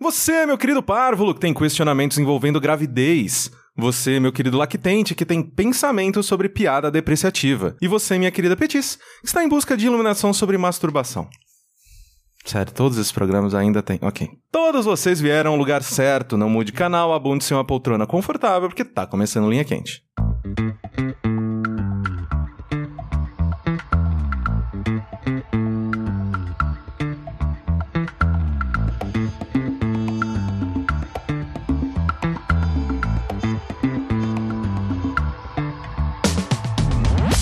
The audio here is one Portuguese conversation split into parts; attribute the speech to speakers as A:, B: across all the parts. A: Você, meu querido párvulo, que tem questionamentos envolvendo gravidez. Você, meu querido lactente, que tem pensamentos sobre piada depreciativa. E você, minha querida Petis, que está em busca de iluminação sobre masturbação. Sério, todos esses programas ainda tem. Ok. Todos vocês vieram ao lugar certo. Não mude canal, abunde-se em uma poltrona confortável, porque tá começando linha quente.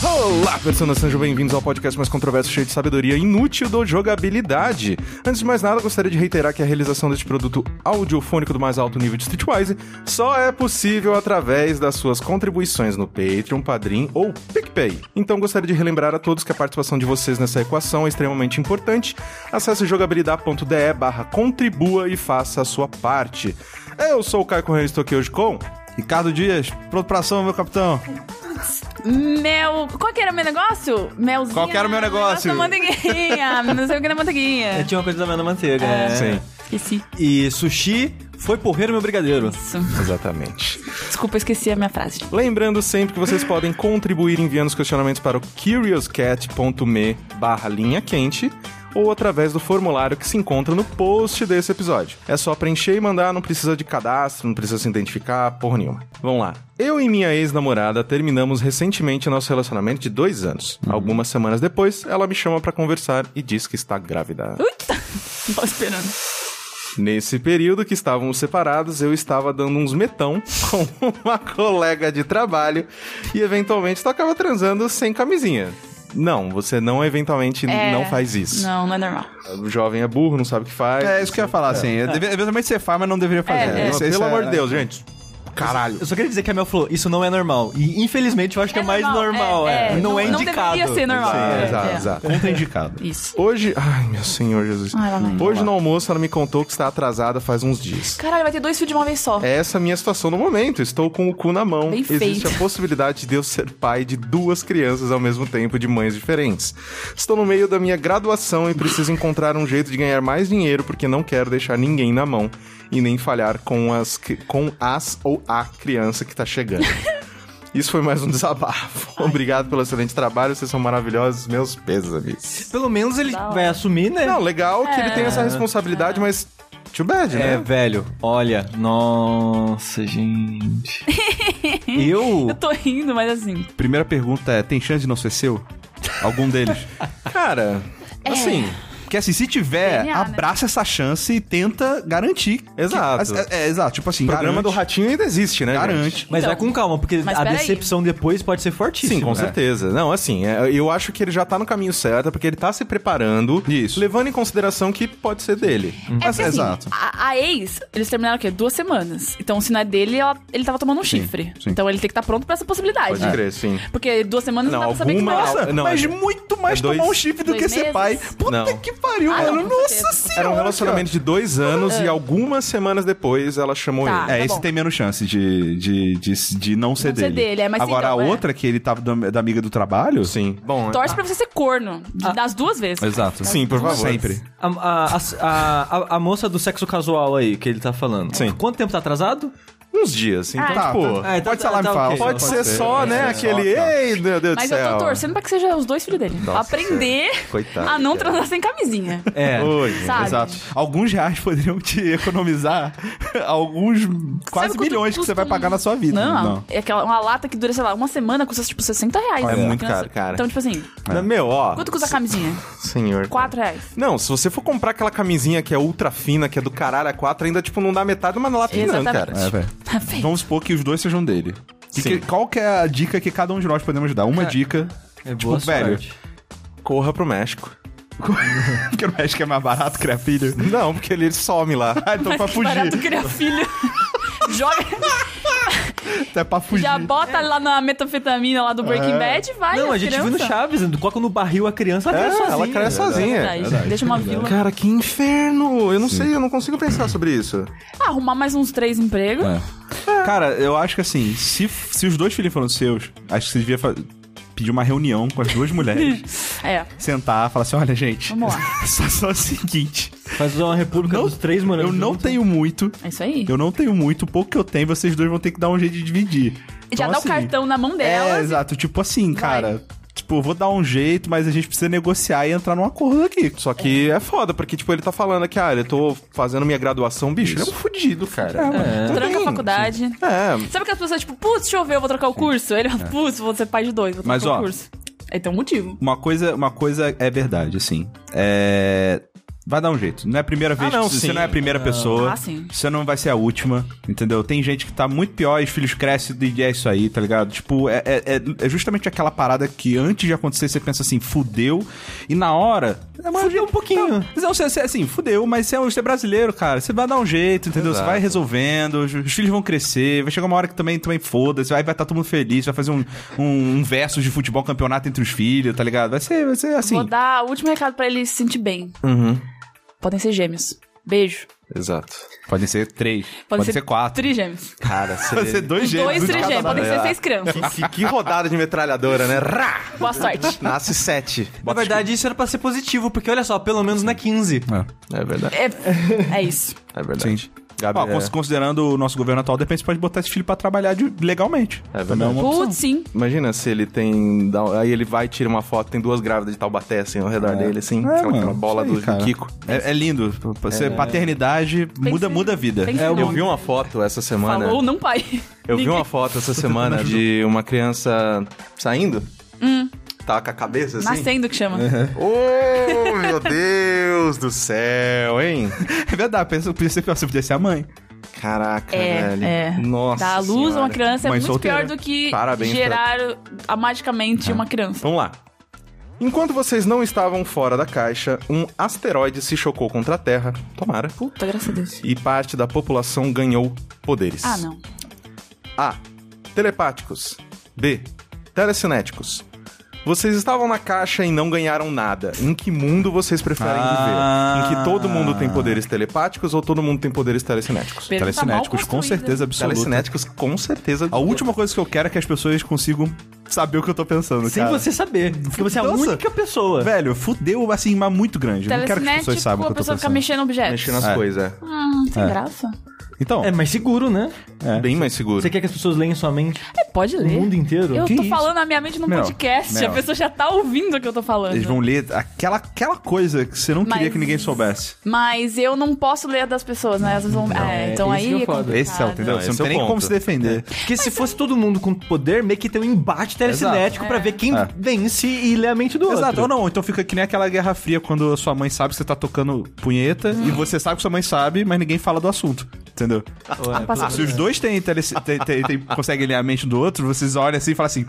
A: Olá, personas, sejam bem-vindos ao podcast mais controverso, cheio de sabedoria inútil do jogabilidade. Antes de mais nada, gostaria de reiterar que a realização deste produto audiofônico do mais alto nível de Streetwise só é possível através das suas contribuições no Patreon, Padrim ou PicPay. Então gostaria de relembrar a todos que a participação de vocês nessa equação é extremamente importante. Acesse jogabilidade.de barra contribua e faça a sua parte. Eu sou o Caio Correia e estou aqui hoje com...
B: Ricardo Dias, pronto pra ação, meu capitão.
C: Mel. Qual que era o meu negócio? Melzinha.
B: Qual que era o meu negócio?
C: da manteiguinha. Não sei o que da
D: Eu
C: manteiguinha.
D: tinha uma coisa da minha manteiga,
C: É.
D: né?
A: Sim,
C: Esqueci.
B: E sushi foi porreiro meu brigadeiro.
C: Isso.
A: exatamente.
C: Desculpa, eu esqueci a minha frase.
A: Lembrando sempre que vocês podem contribuir enviando os questionamentos para o curiouscat.me barra linha quente ou através do formulário que se encontra no post desse episódio. É só preencher e mandar, não precisa de cadastro, não precisa se identificar, porra nenhuma. Vamos lá. Eu e minha ex-namorada terminamos recentemente nosso relacionamento de dois anos. Algumas semanas depois, ela me chama pra conversar e diz que está grávida.
C: Não tava esperando.
A: Nesse período que estávamos separados, eu estava dando uns metão com uma colega de trabalho e eventualmente tocava transando sem camisinha. Não, você não eventualmente
C: É.
A: não faz isso.
C: Não, não é normal.
A: O jovem é burro, não sabe o que faz.
B: É isso que eu ia falar, assim. eu deve- Eventualmente você faz, mas não deveria fazer.
C: É, é.
B: Isso-
A: Pelo
B: isso é-
A: amor de Deus, gente. Caralho.
D: Eu só queria dizer que a Mel falou, isso não é normal. E infelizmente eu acho que é, mais normal, é. Não, é
C: Não
D: indicado.
C: deveria ser normal.
A: Sim,
C: É,
A: exato,
C: é.
A: exato.
B: Contraindicado.
C: Isso.
A: Hoje. Ai, meu senhor Jesus.
C: Ai, lá vai.
A: Hoje no almoço ela me contou que está atrasada faz uns dias.
C: Caralho, vai ter dois fios de uma vez só.
A: É essa a minha situação no momento. Estou com o cu na mão.
C: Bem
A: Existe
C: feito.
A: a possibilidade de eu ser pai de duas crianças ao mesmo tempo de mães diferentes. Estou no meio da minha graduação e preciso encontrar um jeito de ganhar mais dinheiro porque não quero deixar ninguém na mão e nem falhar com as cri- com as ou a criança que tá chegando. Isso foi mais um desabafo. Obrigado pelo excelente trabalho, vocês são maravilhosos, meus pesos, amigos.
D: Pelo menos ele
C: Da
D: vai assumir, né?
A: Não, legal que ele tem essa responsabilidade, mas too bad,
D: É,
A: né?
D: velho, olha. Nossa, gente. eu.
C: Eu tô rindo, mas assim.
B: Primeira pergunta é: tem chance de não ser seu? Algum deles?
A: Cara, assim,
B: Porque assim, se tiver,
C: DNA, né?
B: abraça essa chance e tenta garantir. que-
A: Exato.
B: é, é, exato. Tipo assim,
A: o programa do
B: garante,
A: Ratinho ainda existe, né? gente?
B: Garante.
D: Mas
C: Então.
D: vai com calma, porque
C: Mas
D: a
C: peraí.
D: decepção depois pode ser fortíssima.
A: Sim, com
D: É.
A: certeza. Não, assim, é, eu acho que ele já tá no caminho certo, porque ele tá se preparando,
B: Isso.
A: levando em consideração que pode ser dele.
C: É porque, assim,
B: Exato.
C: A, a ex, eles terminaram o quê? Duas semanas. Então, se não é dele, ela- ele tava tomando um chifre.
B: sim.
C: Então, ele tem que estar pronto pra essa possibilidade.
A: Pode crer, sim.
C: Porque duas semanas
A: Não,
C: não, dá pra saber que
A: alguma-
C: vai
A: Nossa, não,
B: mas
A: é-
B: muito mais
A: é dois-
B: tomar um chifre do
C: dois
B: que ser
C: meses?
B: pai. Puta
A: Não.
B: que pariu,
C: Ah,
B: mano.
C: não, com
B: Nossa
C: certeza.
B: senhora.
A: Era um relacionamento de dois anos e algumas semanas depois ela chamou
C: é. Tá.
A: ele.
B: É,
C: bom.
B: esse tem menos chance de, de, de, de não ser
C: Não ser
B: dele.
C: dele, é, mas
B: Agora,
C: então,
B: a
C: é.
B: outra que ele tava da, da amiga do trabalho...
A: É, Sim. Bom,
C: Torce pra você ser corno. de- Das duas vezes.
B: Exato.
A: Sim, por favor.
B: Sempre.
D: É. A, a- a- a- a moça do sexo casual aí que ele tá falando.
A: Sim.
D: Quanto tempo tá atrasado?
A: uns dias, assim.
C: Ah,
A: então,
B: Tá,
A: tipo,
B: tá,
D: Ah, então
B: pode
D: tá-
B: ser lá
D: tá
B: me fala.
D: ok,
A: pode
D: Não,
A: ser só, né, aquele... Ei, meu Deus
C: Mas
A: do céu.
C: eu tô torcendo pra que seja os dois filhos dele.
A: é um Nossa
C: Aprender
A: Coitado.
C: a não
A: cara.
C: transar sem camisinha.
D: É.
A: Oi,
C: Sabe?
B: Exato. Alguns reais poderiam te economizar alguns quase
C: quanto
B: milhões que
C: custa
B: você vai
C: um-
B: pagar na sua vida.
C: Não, é aquela, uma lata que dura, sei lá, uma semana, custa tipo 60 reais.
A: É muito
C: Criança.
A: caro, cara.
C: Então, tipo assim,
A: Não, Meu, ó.
C: quanto custa a camisinha?
A: Senhor.
C: 4 reais.
A: Não, se você for comprar aquela camisinha que é ultra fina, que é do caralho a 4, ainda, tipo, não dá metade de uma lapinã,
C: Exatamente.
A: cara.
B: É, velho.
C: Tá feio.
B: Vamos supor que os dois sejam dele. Que-
A: Sim.
B: que- qual que é a dica que cada um de nós podemos dar? Uma
D: Cara,
B: dica.
D: É
B: Tipo,
D: boa
B: velho.
D: sorte.
A: É. Corra pro México.
B: Porque no México é mais barato criar filho.
A: Não, porque ele some lá.
B: Ah, então pra
C: Mas que barato
B: fugir.
C: criar filho. Joga,
B: É pra fugir.
C: já bota lá na metafetamina lá do Breaking Bad e vai.
D: Não, a gente viu no
C: criança.
D: Chaves, né? coloca no barril a criança, ela
A: É,
D: cresce sozinha.
A: ela cresce sozinha.
C: Verdade. Deixa uma vila.
A: Cara, que inferno! Eu não sei, eu não consigo pensar sobre isso.
C: Ah, arrumar mais uns três empregos.
B: É. Cara, eu acho que assim, se, se os dois filhos foram seus, acho que você devia fa- pedir uma reunião com as duas mulheres,
C: É,
B: sentar, falar assim: olha, gente,
C: vamos lá.
B: situação é a seguinte.
D: Faz uma república dos três, mano.
B: Eu não tenho muito.
C: É isso aí.
B: Eu não tenho muito, o pouco que eu tenho, vocês dois vão ter que dar um jeito de dividir.
C: Já
B: Então,
C: dá
B: assim,
C: o cartão na mão dela.
B: É, exato. Tipo assim, cara. Tipo, eu vou dar um jeito, mas a gente precisa negociar e entrar num acordo aqui.
A: Só que é foda, porque, tipo, ele tá falando aqui, ah, eu tô fazendo minha graduação, bicho, ele é um fudido, cara. É,
C: tranca a faculdade.
A: É,
C: Sabe que as pessoas, tipo, putz, choveu, vou trocar o curso. Ele, putz, vou ser pai de dois, vou trocar
B: É. Mas,
C: o
B: ó,
C: curso. Aí tem um motivo.
B: Uma coisa, uma coisa é verdade, assim. É. Vai dar um jeito. Não é a primeira vez
A: não,
B: que você
A: sim.
B: não é a primeira pessoa.
C: Ah, sim.
B: Você não vai ser a última, entendeu? Tem gente que tá muito pior, e os filhos crescem e é isso aí, tá ligado? Tipo, é, é- é- é justamente aquela parada que antes de acontecer você pensa assim, fudeu, e na hora. é, mas
D: Fudeu um pouquinho.
B: Não, mas não, você, você, assim, fudeu, mas você é, um- você é brasileiro, cara. Você vai dar um jeito, entendeu?
A: Exato.
B: Você vai resolvendo, os, os filhos vão crescer, vai chegar uma hora que também, também foda-se, vai estar todo mundo feliz, vai fazer um, um, um versus de futebol campeonato entre os filhos, tá ligado? Vai ser, vai ser assim.
C: Vou dar o último recado pra ele se sentir bem.
B: Uhum.
C: Podem ser gêmeos. Beijo.
A: exato.
B: Podem ser três, podem ser, quatro. um
C: Trigêmeos.
A: Cara,
B: Pode ser
A: você...
B: dois gêmeos.
C: dois
B: do nada.
C: trigêmeos. Podem ser seis crianças.
A: que, que rodada de metralhadora, né? Rá!
C: Boa sorte.
A: Nasce sete.
D: Na verdade, isso era pra ser positivo, porque olha só, pelo menos na 15.
B: É.
A: É verdade,
C: É, é isso.
A: é verdade.
B: Sim.
A: Gabi,
B: Ó,
A: é-
B: cons- Considerando o nosso governo atual, de repente você pode botar esse filho pra trabalhar de- legalmente.
A: É verdade.
B: Também uma opção.
C: Putz, sim.
A: Imagina se ele tem. dá- um, Aí ele vai, tira uma foto, tem duas grávidas de Taubaté, assim, ao redor dele, assim.
B: É,
A: aquela,
B: mano,
A: aquela bola
B: isso aí,
A: do
B: cara.
A: Kiko.
B: É, é lindo. Você, Paternidade muda,
C: ser-
B: muda a vida.
C: tem que ser
A: Eu
C: nome.
A: vi uma foto essa
B: né?
A: semana.
C: Falou, não pai.
A: Eu vi
C: Ninguém-
A: uma foto essa semana de uma criança saindo.
C: Hum.
A: Tava com a cabeça assim.
C: Nascendo que chama.
A: Oh, meu Deus do céu, hein?
B: É verdade, pensa, pensa que você podia ser a mãe.
A: Caraca,
C: É,
A: velho.
C: é.
A: Nossa.
C: Dar à luz a uma
A: Senhora.
C: criança é
B: Mãe
C: muito
B: solteira. É.
C: pior do que
A: Parabéns pra-
C: gerar a- magicamente uma criança.
A: Vamos lá. Enquanto vocês não estavam fora da caixa, um asteroide se chocou contra a Terra. Tomara.
C: Puta, Então, graças a Deus.
A: E parte da população ganhou poderes.
C: Ah, não.
A: A. Telepáticos. B. Telecinéticos. Vocês estavam na caixa e não ganharam nada. Em que mundo vocês preferem
B: Ah.
A: viver? Em que todo mundo tem poderes telepáticos ou todo mundo tem poderes telecinéticos?
C: Pergunta
B: Telecinéticos,
C: tá mal
B: com
C: construída.
B: certeza absoluta.
A: Telecinéticos, com certeza.
B: A última coisa que eu quero é que as pessoas consigam saber o que eu tô pensando,
D: Sem
B: cara.
D: você saber. Porque você é a
B: Nossa.
D: única pessoa.
B: Velho, fudeu, assim, mas muito grande. Eu não quero que as
C: Telecinético,
B: pessoas saibam o
C: a
B: que eu tô
C: pessoa fica
B: pensando.
C: mexendo objetos.
A: Mexer nas
B: É.
A: coisas. é.
C: Hum, sem graça.
B: Então,
D: É mais seguro, né?
C: Ah.
B: É.
A: Bem mais seguro.
D: Você quer que as pessoas leiam sua mente
C: É, pode
D: o
C: ler.
D: mundo inteiro?
C: Eu
D: Que
C: tô
D: isso?
C: falando a minha mente num
B: Mel,
C: podcast,
B: Mel.
C: a pessoa já tá ouvindo o que eu tô falando.
B: eles vão ler aquela, aquela coisa que você não queria
C: Mas-
B: que ninguém soubesse.
C: Mas eu não posso ler das pessoas, né? Elas vão... é,
D: É,
C: então
D: esse que
C: aí
D: é
C: é
D: o foda.
C: complicado.
B: Esse é o, entendeu?
A: Não,
B: você não
A: esse é
B: tem
A: o
B: nem
A: ponto. É.
B: como se defender.
D: Porque se fosse todo mundo com poder, meio que tem um embate telecinético pra ver quem
B: É.
D: vence e lê a mente do
B: Exato,
D: outro.
B: ou não, então fica que nem aquela Guerra Fria quando a sua mãe sabe que você tá tocando punheta e
C: Hum.
B: você sabe que sua mãe sabe, mas ninguém fala do assunto, entendeu?
D: Ué,
A: Ah,
C: Passa-
A: é.
B: Se os dois têm, tele- tem- tem- tem- conseguem ler a mente um do outro, vocês olham assim e falam assim.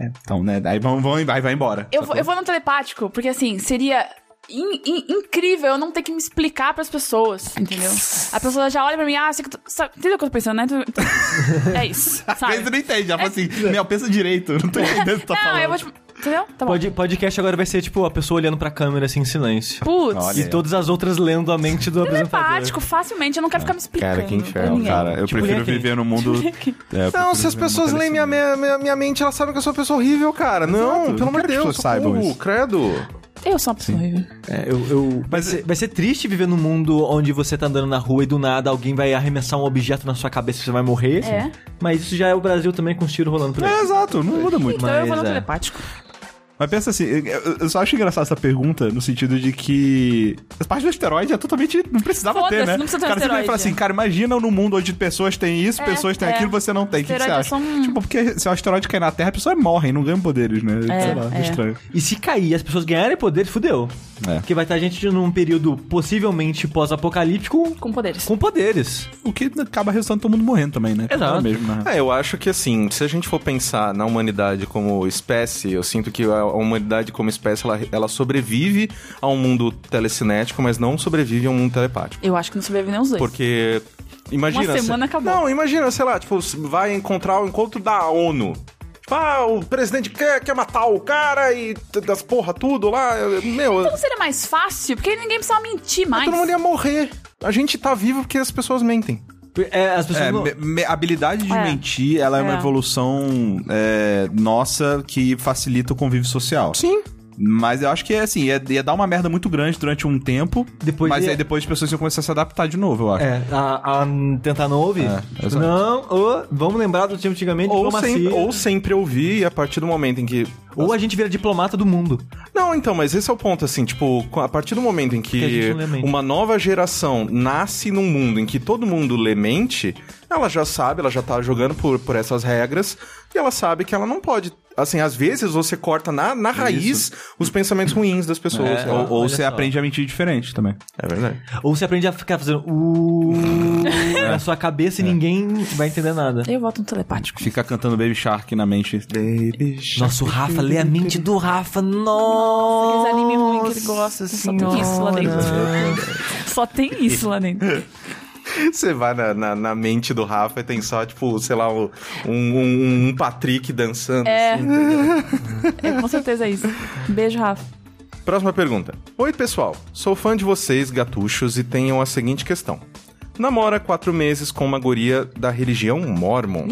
B: "É, então, né? Daí vão, vão, vai, vai embora.
C: Eu, vou- eu vou no telepático, porque assim, seria in- in- incrível eu não ter que me explicar pras pessoas, entendeu? A pessoa já olha pra mim, ah, sei que tu, sabe, entendeu o que eu tô pensando, né? Tu- tu- É isso,
B: Às
C: sabe?
B: vezes você não entende, já fala assim, meu, pensa direito, eu não tô entendendo o que tá
C: É. não,
B: falando.
C: eu vou te... Entendeu? Tá bom.
D: Pod- podcast agora vai ser tipo a pessoa olhando pra câmera assim em silêncio.
C: Putz,
B: Olha
D: E
B: aí.
D: todas as outras lendo a mente
C: é
D: do apresentador.
C: telepático, facilmente, eu não quero ficar me explicando.
A: Cara, que inferno,
C: pra ninguém.
B: Cara, eu
D: Tipo,
B: prefiro
D: linha quente.
B: viver no mundo. É, eu
A: Não,
B: prefiro
A: se as
B: viver no
A: pessoas
B: mundo
A: leem minha, minha, minha, minha mente, elas sabem que eu sou uma pessoa horrível, cara. Não,
B: Exato,
A: pelo
B: não
A: amor de
B: quero que as
A: Deus,
B: pessoas saibam
A: socorro,
B: isso.
A: credo.
C: Eu sou uma pessoa horrível.
D: É, eu, eu- Vai, ser, vai ser triste viver num mundo onde você tá andando na rua e do nada alguém vai arremessar um objeto na sua cabeça e você vai morrer.
C: É.
D: Mas isso já é o Brasil também com os tiros rolando por aí.
B: É, exato, não muda muito.
C: Então eu vou no
D: Mas, é.
C: telepático.
B: Mas pensa assim, eu, eu só acho engraçado essa pergunta no sentido de que a parte do asteroide é totalmente. Não precisava
C: Foda-se,
B: ter, né?
C: não precisa ter
B: cara,
C: asteroide.
B: Você fala assim, cara, imagina num mundo onde pessoas têm isso,
C: É,
B: pessoas têm
C: é.
B: aquilo, você não tem. O que, que você
C: Asteroide é
B: acha?
C: só um-
B: Tipo, porque se o asteroide cair na Terra, as pessoas morrem, não ganham poderes, né?
C: É,
B: Sei lá,
C: é.
B: estranho.
D: E se cair e as pessoas ganharem poder, fudeu.
B: É.
D: Porque vai estar gente num período possivelmente pós-apocalíptico
C: Com poderes.
D: com poderes.
B: O que acaba resultando todo mundo morrendo também, né?
D: Exato.
B: É mesmo, né?
A: É, eu acho que assim, se a gente for pensar na humanidade como espécie, eu sinto que a humanidade como espécie, ela, ela sobrevive a um mundo telecinético, mas não sobrevive a um mundo telepático.
C: Eu acho que não sobrevive nem os dois.
A: Porque, imagina...
C: Uma semana
A: se-
C: acabou.
A: Não, imagina, sei lá, tipo, vai encontrar o encontro da ONU. Tipo, ah, o presidente quer, quer matar o cara e t- das porra tudo lá. Meu,
C: Não seria mais fácil, porque ninguém precisava mentir mais.
A: todo mundo ia morrer. A gente tá vivo porque as pessoas mentem.
D: É, as pessoas
B: É,
D: não...
B: me- me- a habilidade de
C: É.
B: mentir, ela é, uma
C: É.
B: evolução é, nossa que facilita o convívio social. Sim. Mas eu acho que é assim, ia, ia dar uma merda muito grande durante um tempo,
D: Depois
B: mas
D: ia-
B: aí depois as pessoas iam começar a se adaptar de novo, eu acho.
D: É, a, a tentar não ouvir.
B: É,
D: Tipo,
B: exato.
D: não, ô, vamos lembrar do time antigamente,
A: Ou,
D: diplomacia.
A: sem-
D: ou...
A: ou sempre ouvir e a partir do momento em que.
D: a gente vira diplomata do mundo.
A: Não, então, mas esse é o ponto, assim, tipo, a partir do momento em
D: Que a
A: que
D: gente não lê mente.
A: uma nova geração nasce num mundo em que todo mundo lê mente, ela já sabe, ela já tá jogando por, por essas regras, e ela sabe que ela não pode. Assim, às vezes você corta na, na raiz os pensamentos ruins das pessoas. sei lá.
B: Ou, ou
D: olha
B: você
D: só.
B: aprende a mentir diferente também.
A: É verdade.
D: Ou você aprende a ficar fazendo uh,
B: É.
D: na sua cabeça e ninguém vai entender nada.
C: Eu voto no telepático.
B: Ficar cantando Baby Shark na mente.
A: Baby
D: Nossa, o Rafa lê a mente do Rafa. Nossa!
C: Aqueles anime ruim que ele gosta, só tem isso lá dentro. Só tem isso lá dentro.
A: Você vai na, na, na mente do Rafa e tem só, tipo, sei lá, um, um, um Patrick dançando.
C: É. é. Com certeza é isso. Beijo, Rafa.
A: Próxima pergunta. Oi, pessoal. Sou fã de vocês, gatuchos, e tenho a seguinte questão. Namora quatro meses com uma guria da religião mormon.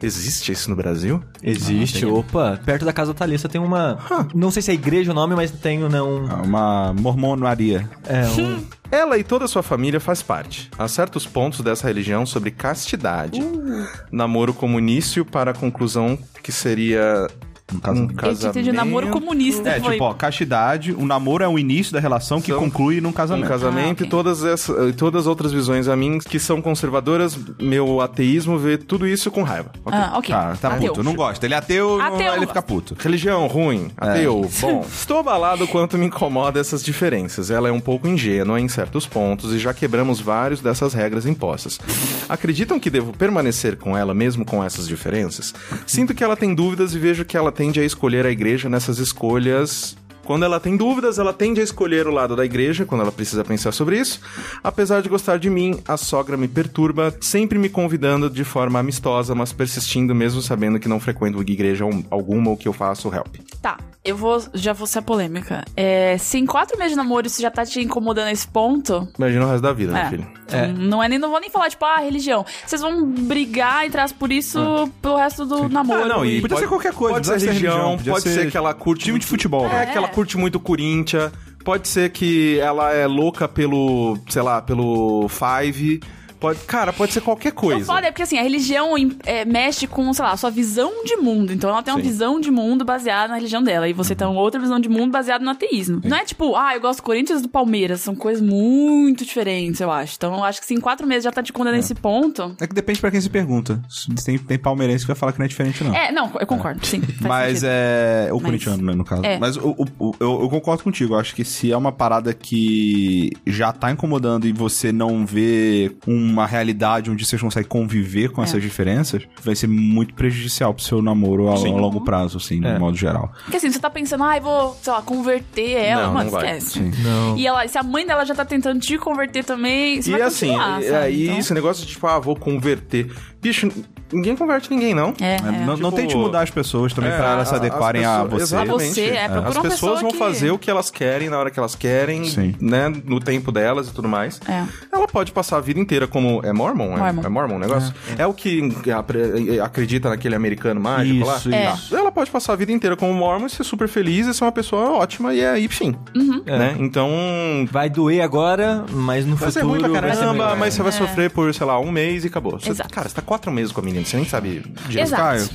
A: Existe isso no Brasil?
D: Existe, opa. Perto da casa da Thalissa tem uma. Não sei se é igreja o nome, mas tem um, não.
B: Ah, Uma mormonaria.
D: É, um.
A: Ela e toda a sua família faz parte, a certos pontos dessa religião, sobre castidade.
C: Uh!
A: Namoro como início para a conclusão que seria um casamento.
C: Eu te entendi namoro comunista.
B: É,
C: foi.
B: tipo, ó, castidade, o namoro é o início da relação que
A: São-
B: conclui num
A: Um
B: casamento.
A: casamento
C: Ah, ok.
A: e todas essas, e todas as outras visões a mim que são conservadoras, meu ateísmo vê tudo isso com raiva. Ok.
C: Ah, ok.
B: Tá, tá
C: Ateu.
B: puto, não gosta. Ele é ateu, não-
C: Ateu,
B: ele
C: não
B: fica
C: gosta.
B: puto.
A: Religião, ruim, ateu, bom. Estou abalado quanto me incomoda essas diferenças. Ela é um pouco ingênua em certos pontos e já quebramos vários dessas regras impostas. Acreditam que devo permanecer com ela mesmo com essas diferenças? Sinto que ela tem dúvidas e vejo que ela tende a escolher a igreja nessas escolhas. Quando ela tem dúvidas, ela tende a escolher o lado da igreja, quando ela precisa pensar sobre isso. Apesar de gostar de mim, a sogra me perturba, sempre me convidando de forma amistosa, mas persistindo mesmo sabendo que não frequento igreja um, alguma ou que eu faço help.
C: Tá, eu vou, já vou ser polêmica. É, se em quatro meses de namoro isso já tá te incomodando a esse ponto,
A: Imagina o resto da vida, né,
C: É.
A: filho?
D: É.
C: não é nem, não vou nem falar, tipo, ah, religião. Vocês vão brigar e traz por isso pelo resto do namoro.
A: Ah, não, e-
B: Podia
A: Pode-
B: ser qualquer coisa,
A: pode
B: não
A: ser
B: precisa
A: religião,
B: podia
A: pode ser que ela curte
B: time
A: muito-
B: de futebol.
A: É,
B: velho.
A: que ela curte muito Corinthians, pode ser que ela é louca pelo, sei lá, pelo Five. Pode, cara, pode ser qualquer
C: Eu
A: coisa.
C: falo, é porque assim, a religião im- é, mexe com, sei lá, a sua visão de mundo. Então ela tem uma
A: Sim. Uhum.
C: visão de mundo baseada na religião dela. E você tem uma outra visão de mundo baseada no ateísmo. Não é tipo, ah, eu gosto do Corinthians e do Palmeiras. São coisas muito diferentes, eu acho. Então eu acho que se em quatro meses já tá te condenando nesse ponto.
B: É que depende pra quem se pergunta. Se Tem, tem palmeirense que vai falar que não é diferente, não.
C: É, não, eu concordo, sim. faz
B: Mas
C: sentido.
B: é. Ou
C: Mas-
B: corintiano, né, no caso.
C: É.
B: Mas o- o- o- eu, eu concordo contigo. Eu acho que se é uma parada que já tá incomodando e você não vê uma realidade onde vocês conseguem conviver
C: É.
B: com essas diferenças, vai ser muito prejudicial pro seu namoro ao, ao longo prazo, assim,
D: É.
B: no modo geral.
C: Porque assim, você tá pensando, ah, eu vou, sei lá, converter ela.
A: Não,
C: Mano,
A: não vai.
C: esquece.
B: Sim.
D: Não.
C: E ela, se a mãe dela já tá tentando te converter também, você
A: E
C: vai
A: assim,
C: continuar,
A: é-
C: sabe?
A: aí
C: Então-
A: esse negócio de tipo, ah, vou converter. Bicho, ninguém converte ninguém, não.
C: É,
B: É,
C: é.
B: Não, não
A: Tipo,
B: tente mudar as pessoas também
A: É,
B: pra elas se
A: a- as
B: adequarem a
A: pessoas-
B: você.
C: Pra
A: exatamente.
C: você, é,
A: É,
C: procura
A: As
C: uma
A: pessoas
C: pessoa
A: vão
C: que-
A: fazer o que elas querem na hora que elas querem,
B: Sim.
A: né? No tempo delas e tudo mais.
C: É.
A: Ela pode passar a vida inteira como. É Mormon? É-
C: Mormon.
A: É, Mormon o negócio? É. o que apre- acredita naquele americano
D: Ah,
A: mágico Ah, lá?
D: Isso,
C: É.
D: isso.
A: Ela pode passar a vida inteira como Mormon, ser super feliz e ser uma pessoa ótima e é enfim.
C: Uhum.
A: Né?
B: É.
A: Então.
C: É.
D: Vai doer agora, mas no
A: Vai ser
D: futuro.
A: ruim pra
D: vai ser
A: caramba,
D: melhor.
A: mas você vai sofrer por, sei lá, um mês e acabou. Você,
C: Exato.
A: cara, você tá quatro meses com a menina, você nem sabe direito.
C: Exato.
B: Tipo, Caio,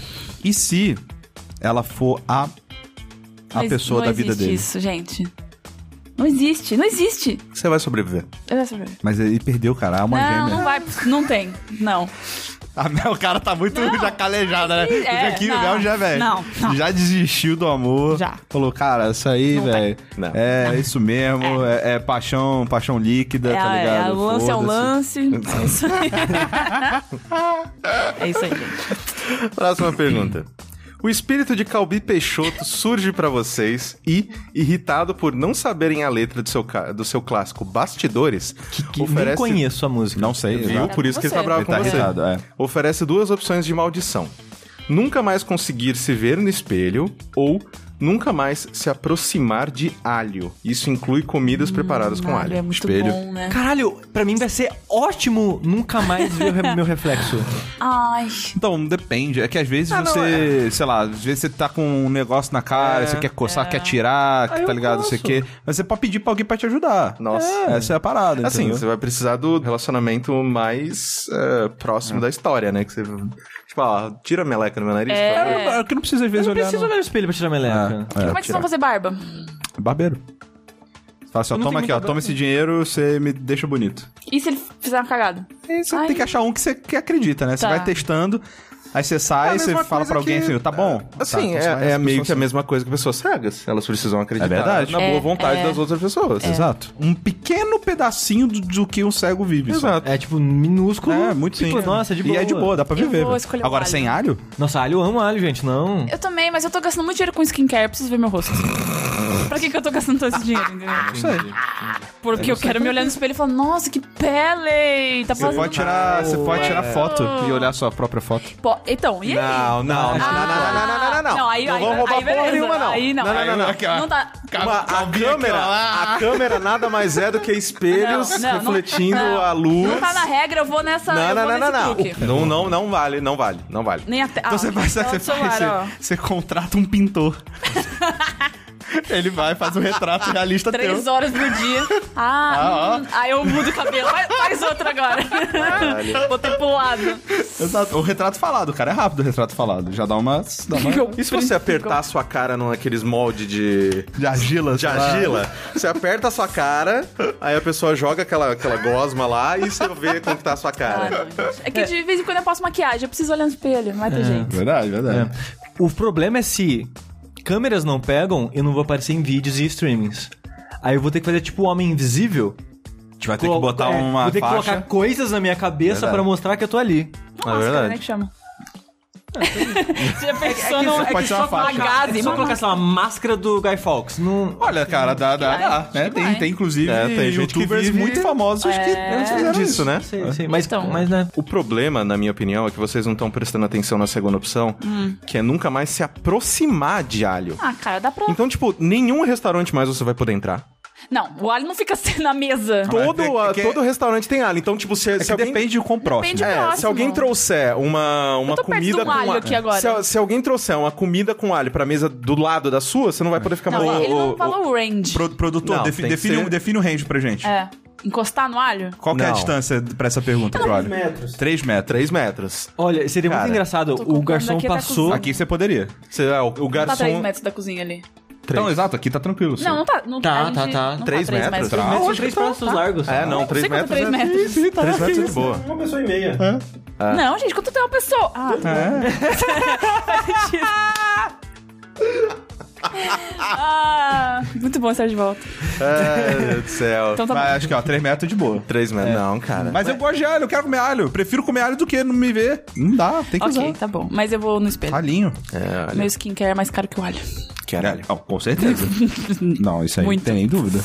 B: e se ela for a, a
C: Mas
B: pessoa
C: não
B: da vida
C: existe
B: dele?
C: isso, gente. Não existe, não existe.
A: Você vai sobreviver.
C: Eu não sei.
B: Mas ele perdeu, cara. É uma
C: Não,
B: gêmea.
C: não vai, não tem, não.
B: A Mel, o cara tá muito
C: Não.
B: já calejada, né?
C: Sim, é,
B: Porque aqui o
C: não.
B: Mel já, velho.
C: Não, não.
B: Já desistiu do amor.
C: Já.
B: Falou, cara, isso aí,
C: Não tem.
B: velho.
A: Não.
B: É isso mesmo. É, é paixão, paixão líquida,
C: É,
B: tá
C: é,
B: ligado?
C: o lance é o
B: Foda-se.
C: lance. É isso aí. é isso aí, gente.
A: Próxima pergunta. O espírito de Calbi Peixoto surge pra vocês e, irritado por não saberem a letra do seu, ca- do seu clássico Bastidores,
D: Que, que nem
A: oferece...
D: conheço a música.
B: Não sei,
A: Viu?
B: exato.
A: Por isso que ele tá
C: Você.
A: bravo
B: Ele tá
A: com você.
B: irritado, é.
A: Oferece duas opções de maldição. Nunca mais conseguir se ver no espelho ou Nunca mais se aproximar de alho. Isso inclui comidas preparadas com alho.
C: É muito
B: Espelho.
C: bom, né?
D: Caralho, pra mim vai ser ótimo nunca mais ver o re- meu reflexo.
C: Ai.
B: Então, depende. É que às vezes
D: Ah, não,
B: você,
C: é.
B: sei lá, às vezes você tá com um negócio na cara, você quer coçar, quer tirar,
D: Ah, eu
B: tá ligado, não sei o
D: posso.
B: quê. Mas você pode pedir pra alguém pra te ajudar.
A: Nossa.
B: Essa é a parada,
A: Assim,
B: entendeu?
A: você vai precisar do relacionamento mais é, próximo da história, né? Que você. Tipo, ó, tira a meleca no meu nariz.
C: É.
A: por favor.
B: É, é que não precisa às
D: Eu
B: vezes
D: não
B: olhar.
D: preciso
B: não.
D: olhar no espelho pra tirar meleca.
B: É, é,
C: Como é que vocês
B: tirar.
C: vão fazer barba?
B: É Barbeiro. Fala assim, ó,
D: Eu não
B: toma
D: tenho
B: aqui, ó,
D: muita
B: toma
D: barba.
B: esse dinheiro, você me deixa bonito.
C: E se ele fizer uma cagada?
B: E você
C: Ai.
B: tem que achar um que você que acredita, né? Você
C: Tá.
B: vai testando, aí você
A: É
B: sai,
A: a
B: você
A: mesma
B: fala
A: coisa
B: pra alguém
A: que-
B: assim, tá bom. Tá,
A: Assim,
B: então você vai-
A: é, é
B: as
A: meio
B: pessoas-
A: que a mesma coisa que pessoas cegas. Elas precisam acreditar
B: verdade.
A: na boa
C: É,
A: vontade
C: é.
A: das outras pessoas.
B: Exato. Um pequeno pedacinho do, do que um cego vive. só.
A: Exato. Uhum.
D: É, tipo, minúsculo.
B: É, muito
D: tipo,
B: sim.
D: Nossa, de
B: E
D: boa.
B: é de boa, dá pra
C: Eu
B: viver.
C: vou
B: velho.
C: escolher o
B: Agora,
C: alho.
B: sem alho?
D: Nossa, alho, eu amo alho, gente, não.
C: Eu também, mas eu tô gastando muito dinheiro com skincare, preciso ver meu rosto. pra que, que eu tô gastando todo esse dinheiro, entendeu? Porque eu quero me olhar no espelho e falar, nossa, que pele! Tá
B: Você
C: passando.
B: pode tirar, você pode tirar
C: é.
B: foto e olhar sua própria foto.
C: Po- Então, e aí?
A: Não, não, não, não,
C: Ah,
A: não, não, não, não, não.
C: Não, aí,
A: não
C: aí,
A: vão roubar
C: aí,
A: porra
C: beleza.
A: nenhuma, não.
C: Aí não.
A: Não, não, não, não.
B: Aqui, ó.
C: Não tá.
A: Uma- a câmera, a câmera nada mais é do que espelhos
C: Não, não,
A: refletindo
C: não.
A: a luz.
C: Não tá na regra, eu vou nessa.
A: Não,
C: eu
A: não,
C: vou
A: não, não,
C: nesse
A: não.
C: truque.
A: Não, não, não vale, não vale, não vale.
C: Nem até. Ah,
B: Então você faz, você, faz você, você contrata um pintor. Ele vai, faz um retrato realista
C: Três
B: teu.
C: horas por dia. Ah,
B: Ah, ó.
C: hum, aí eu mudo o cabelo. Faz, faz outro agora. Botei pro lado.
B: Exato. O retrato falado, cara, é rápido o retrato falado. Já dá uma. Dá uma...
A: E se você apertar a sua cara naqueles molde de,
B: De argila,
A: de
B: sei lá.
A: argila? Você aperta a sua cara, aí a pessoa joga aquela, aquela gosma lá e você vê como que tá a sua
C: Ah,
A: cara.
C: não, gente. é que de vez em quando eu passo maquiagem, eu preciso olhar no espelho, não vai
A: É.
C: ter jeito.
B: Verdade, verdade.
D: O problema é se câmeras não pegam, eu não vou aparecer em vídeos e streamings. Aí eu vou ter que fazer tipo o Homem Invisível.
B: A gente vai ter
D: Colo-
B: que botar
D: é,
B: uma
D: Vou ter que
B: faixa.
D: colocar coisas na minha cabeça
B: Verdade.
D: pra mostrar que eu tô
A: É
D: ali.
C: Máscara,
B: verdade.
C: né, que chama. Você já pensou
D: que-
C: num-
D: é que
B: pode ser uma
D: só
B: faixa.
D: colocar-
C: Magazine,
D: é só
C: uma
D: colocar, sei lá, uma máscara do Guy Fawkes. Não...
B: Olha, cara, dá, dá,
C: Vai,
B: dá,
C: acho
B: né?
C: que
B: Tem,
C: vai.
B: tem, inclusive,
A: É, tem gente que
B: youtubers
A: vive-
B: muito famosos que
C: É.
B: fizeram
A: Disso, né?
D: Sei, sei, mas,
C: Então.
D: mas né?
A: O problema, na minha opinião, é que vocês não estão prestando atenção na segunda opção,
C: Hum.
A: que é nunca mais se aproximar de alho.
C: Ah, cara, dá pra.
A: Então, tipo, nenhum restaurante mais você vai poder entrar.
C: Não, o alho não fica assim na mesa.
B: Mas
A: Todo,
B: é que-
A: a-
B: é que-
A: todo restaurante tem alho. Então, tipo, se,
B: É
A: se
B: que
A: alguém...
B: depende do quão próximo.
C: Depende
A: É,
C: Próximo.
A: se alguém trouxer uma, uma
C: Eu tô perto de
A: comida com
C: um alho
A: a-
C: aqui agora.
A: Se, se alguém trouxer uma comida com alho pra mesa do lado da sua, você não vai poder ficar
C: Não,
A: mais lá.
C: ele não
B: o-
C: falou o range.
B: Pro- produtor,
A: Não,
B: defi-
A: tem que
B: define,
A: ser-
B: o- define o range pra gente.
C: É. Encostar no alho?
B: Qual que é a
A: Não.
B: distância pra essa pergunta, Trolli? 3 metros. 3 metros.
A: 3 É, metros.
D: Olha, seria
A: Cara,
D: muito engraçado.
C: tô
D: O
C: contando
D: garçom
C: aqui até
D: passou.
C: cozinhar.
B: Aqui você poderia.
A: Você, ah, o, o
C: Não tá 3
A: garçom...
C: metros da cozinha ali.
B: Então, exato, aqui tá tranquilo. sim.
C: Não, não tá. Não
D: Tá,
C: a gente-
D: tá, tá.
C: Não
A: Três
C: tá
A: metros,
C: três metros.
A: tá.
D: Mas são
A: Acho
D: três braços largos.
A: É, não,
C: Não
A: 3
C: sei quanto é
A: metros.
C: três
A: é-
C: metros.
A: Ih, sim, três metros é de boa.
E: Uma pessoa e meia.
C: Não, gente, quanto tem uma pessoa? Ah, tá. Ah, muito bom estar de volta.
A: Ai, meu Deus É, do céu.
C: Então tá
B: Mas
C: bom.
B: acho que, ó, 3 metros de boa.
A: 3 metros. Não, cara.
B: Mas eu gosto de alho, eu quero comer alho. Prefiro comer alho do que não me ver. Não dá, tem que
C: Ok,
B: usar.
C: tá bom. Mas eu vou no espelho.
B: Alhinho.
A: É, olha.
C: Meu skincare é mais caro que o alho.
B: Quero alho. Ó, com certeza. não, isso aí
C: Muito.
B: não tem nem dúvida.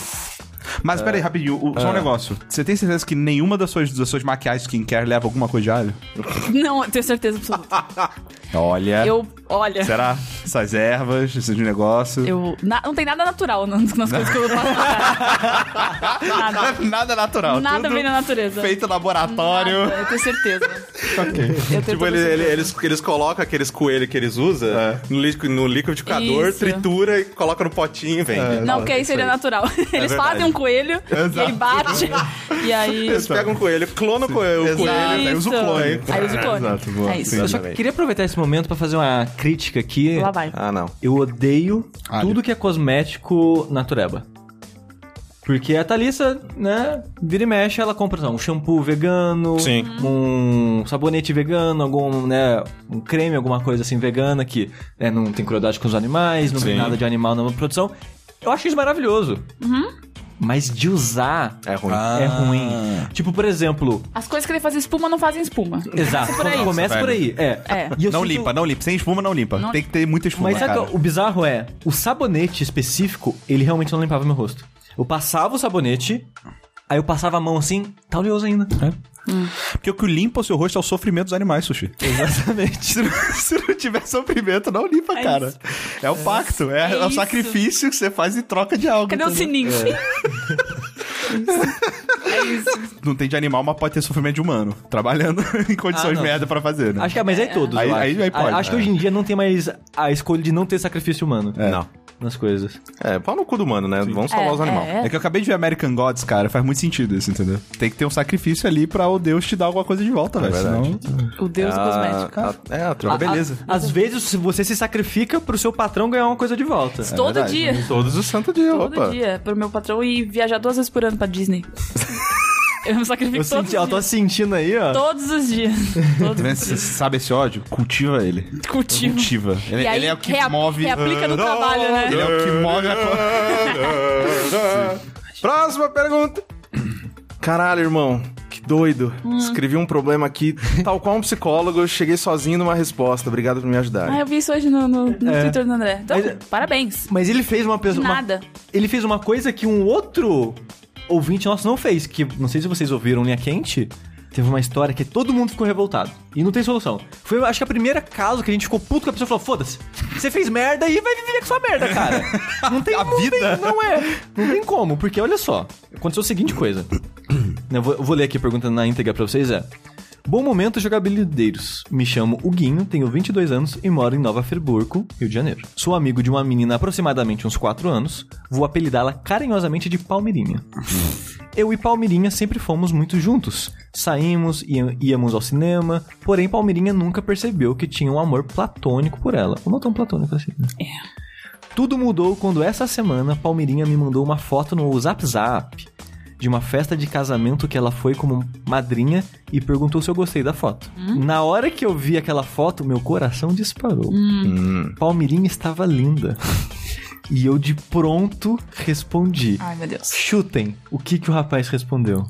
B: Mas peraí, rapidinho, o- só um negócio. Você tem certeza que nenhuma das suas, das suas maquiagens skincare leva alguma coisa de alho?
C: Não, eu tenho certeza absoluta.
B: Olha.
C: Eu, olha,
B: Será? Essas ervas, esses negócios.
C: eu. na- não tem nada natural nas, nas coisas que eu passo na cara. Nada.
B: Nada natural.
C: Nada
B: tudo
C: vem da natureza.
B: Feito em laboratório.
C: Nada, eu tenho certeza. Eu tenho
A: Tipo,
C: toda
A: ele- ele-
C: certeza.
A: eles, eles colocam aqueles coelhos que eles usam é, no, liqui- no liquidificador,
C: Isso.
A: tritura e coloca no potinho e vende.
C: Não, porque aí seria natural. Eles
A: verdade.
C: fazem um coelho, e aí bate, e aí.
A: Eles pegam um coelho, clonam o coelho, o
B: Exato.
A: coelho
B: aí usa o clone.
C: Aí usa o clone.
B: Exato, boa.
C: É isso.
B: Sim.
D: Eu só queria aproveitar esse momento pra fazer uma crítica aqui.
C: Lá vai.
A: Ah, não.
D: Eu odeio
B: Alho.
D: tudo que é cosmético natureba. Porque a Thalissa, né, vira e mexe, ela compra não, um shampoo vegano,
A: Sim.
D: um sabonete vegano, algum, né, um creme, alguma coisa assim vegana que né, não tem crueldade com os animais, não tem
A: Sim.
D: nada de animal na produção. Eu acho isso maravilhoso.
C: Uhum.
D: Mas de usar
A: É ruim.
D: é ruim. Tipo, por exemplo,
C: As coisas que ele fazem espuma não fazem espuma.
D: exato,
C: por aí.
D: começa por aí. É.
C: É.
D: E eu
B: não
D: sinto-
B: limpa, não limpa. Sem espuma, não limpa. Tem que ter muita espuma,
D: Mas sabe
B: cara.
D: que o bizarro é, o sabonete específico, ele realmente não limpava meu rosto. Eu passava o sabonete, Aí eu passava a mão assim, tá oleoso ainda.
A: É.
B: Porque o que limpa o seu rosto é o sofrimento dos animais, Sushi.
D: Exatamente.
B: Se não, se não tiver sofrimento, não limpa,
C: É
B: cara.
C: isso.
B: É o pacto, é,
C: É
B: o
C: isso.
B: sacrifício que você faz em troca de algo.
C: Cadê o
B: entendeu?
C: sininho?
B: Não tem de animal, mas pode ter sofrimento de humano. Trabalhando em
D: Ah,
B: condições
D: não.
B: merda pra fazer, né?
D: Acho que, mas é todos.
B: Aí-
D: eu acho.
B: aí- aí pode,
D: A- Acho que
B: é.
D: hoje em dia não tem mais a escolha de não ter sacrifício humano
B: É.
A: Não.
D: nas coisas.
A: É, pau no cu do humano, né? Vamos salvar
C: É,
A: os animais.
C: é.
B: É que eu acabei de ver American Gods, cara. Faz muito sentido isso, entendeu? Tem que ter um sacrifício ali pra o Deus te dar alguma coisa de volta, velho.
A: verdade.
B: Senão...
C: O deus
A: Ah,
C: do cosmético.
A: A, a, é, a troca.
B: Ah, Beleza.
D: A- às vezes se você se sacrifica pro seu patrão ganhar uma coisa de volta.
C: Todo
B: verdade.
C: dia.
A: Todos os santos dias,
C: Todo
A: né? opa.
C: dia. Pro meu patrão e viajar duas vezes por ano pra Disney. Eu me sacrifico
D: Eu,
C: todos,
D: senti, eu
C: os
D: tô sentindo aí, ó.
C: dias, todos os dias.
B: Tá
C: Todos
B: vendo?
C: os
B: Você
C: dias.
B: sabe esse ódio? Cultiva ele.
C: Cultivo.
B: Cultiva. Ele,
C: E aí,
B: ele é o que
C: rea-
B: move.
C: reaplica
D: Ah.
C: no trabalho, né?
B: Ele é o que move a coisa.
A: Próxima pergunta. Caralho, irmão. Que doido.
C: Hum.
A: Escrevi um problema aqui, tal qual um psicólogo, eu cheguei sozinho numa resposta. Obrigado por me ajudar.
C: Ah, eu vi isso hoje no, no, no
D: É.
C: Twitter do André. Então,
D: Mas-
C: parabéns.
D: Mas ele fez uma
C: De
D: pessoa. uma-
C: nada.
D: ele fez uma coisa que um outro ouvinte nosso não fez, que não sei se vocês ouviram Linha Quente. Teve uma história que todo mundo ficou revoltado. E não tem solução. Foi, acho que, a primeira caso que a gente ficou puto que a pessoa falou: foda-se, você fez merda e vai viver com sua merda, cara. Não tem A vida. não é. Não tem como, porque olha só. Aconteceu a seguinte coisa. Eu vou, eu vou ler aqui a pergunta na íntegra pra vocês: é. Bom momento, jogabilideiros. Me chamo Huguinho, tenho 22 anos e moro em Nova Friburgo, Rio de Janeiro. Sou amigo de uma menina aproximadamente uns 4 anos. Vou apelidá-la carinhosamente de Palmeirinha. Eu e Palmeirinha sempre fomos muito juntos. Saímos, ia- íamos ao cinema, porém Palmeirinha nunca percebeu que tinha um amor platônico por ela. Ou não tão platônico assim, né? Tudo mudou quando essa semana Palmeirinha me mandou uma foto no Zap Zap de uma festa de casamento que ela foi como madrinha e perguntou se eu gostei da foto. Na hora que eu vi aquela foto, meu coração disparou. Palmeirinha estava linda. E eu de pronto respondi.
C: Ai, meu Deus.
D: Chutem o que, que o rapaz respondeu.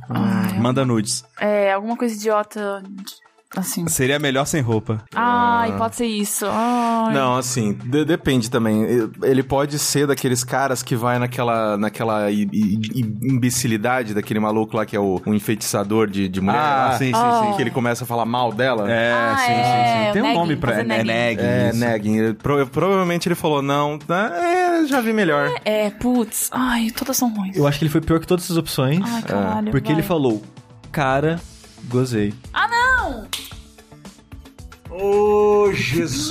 B: Manda nudes.
C: É, alguma coisa idiota. Assim.
B: Seria melhor sem roupa.
D: Ah.
C: Ai, pode ser isso. Ai.
A: Não, assim, de- depende também. Ele pode ser daqueles caras que vai naquela, naquela i- i- i- imbecilidade daquele maluco lá que é o, o enfeitiçador de, de mulher.
B: Ah,
A: lá,
B: sim, sim,
C: Ah. sim.
A: Que ele começa a falar mal dela.
B: É,
C: Ah,
B: sim, sim,
C: é,
B: sim. Tem um
C: nagging,
B: nome pra. É,
C: fazer
B: é
C: nagging.
B: nagging.
A: É,
B: isso.
A: neguem. Ele pro- provavelmente ele falou, não, né, é, já vi melhor.
C: É, putz. Ai, todas são ruins.
D: Eu acho que ele foi pior que todas essas opções.
C: Ai, caralho.
D: porque ele
C: vai.
D: falou, cara, gozei.
C: Ah, não! Oh, Jesus!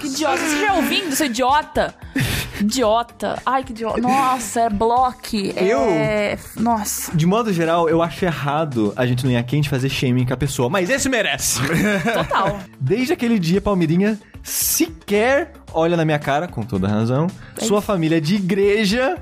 C: que idiota. Você já ouvindo, seu idiota? Idiota. Ai, que idiota. Nossa, é block. É... Nossa.
D: De modo geral, eu acho errado a gente não ir quente fazer shaming com a pessoa, mas esse merece.
C: Total.
D: Desde aquele dia, Palmeirinha sequer olha na minha cara, com toda razão. Sua família é de igreja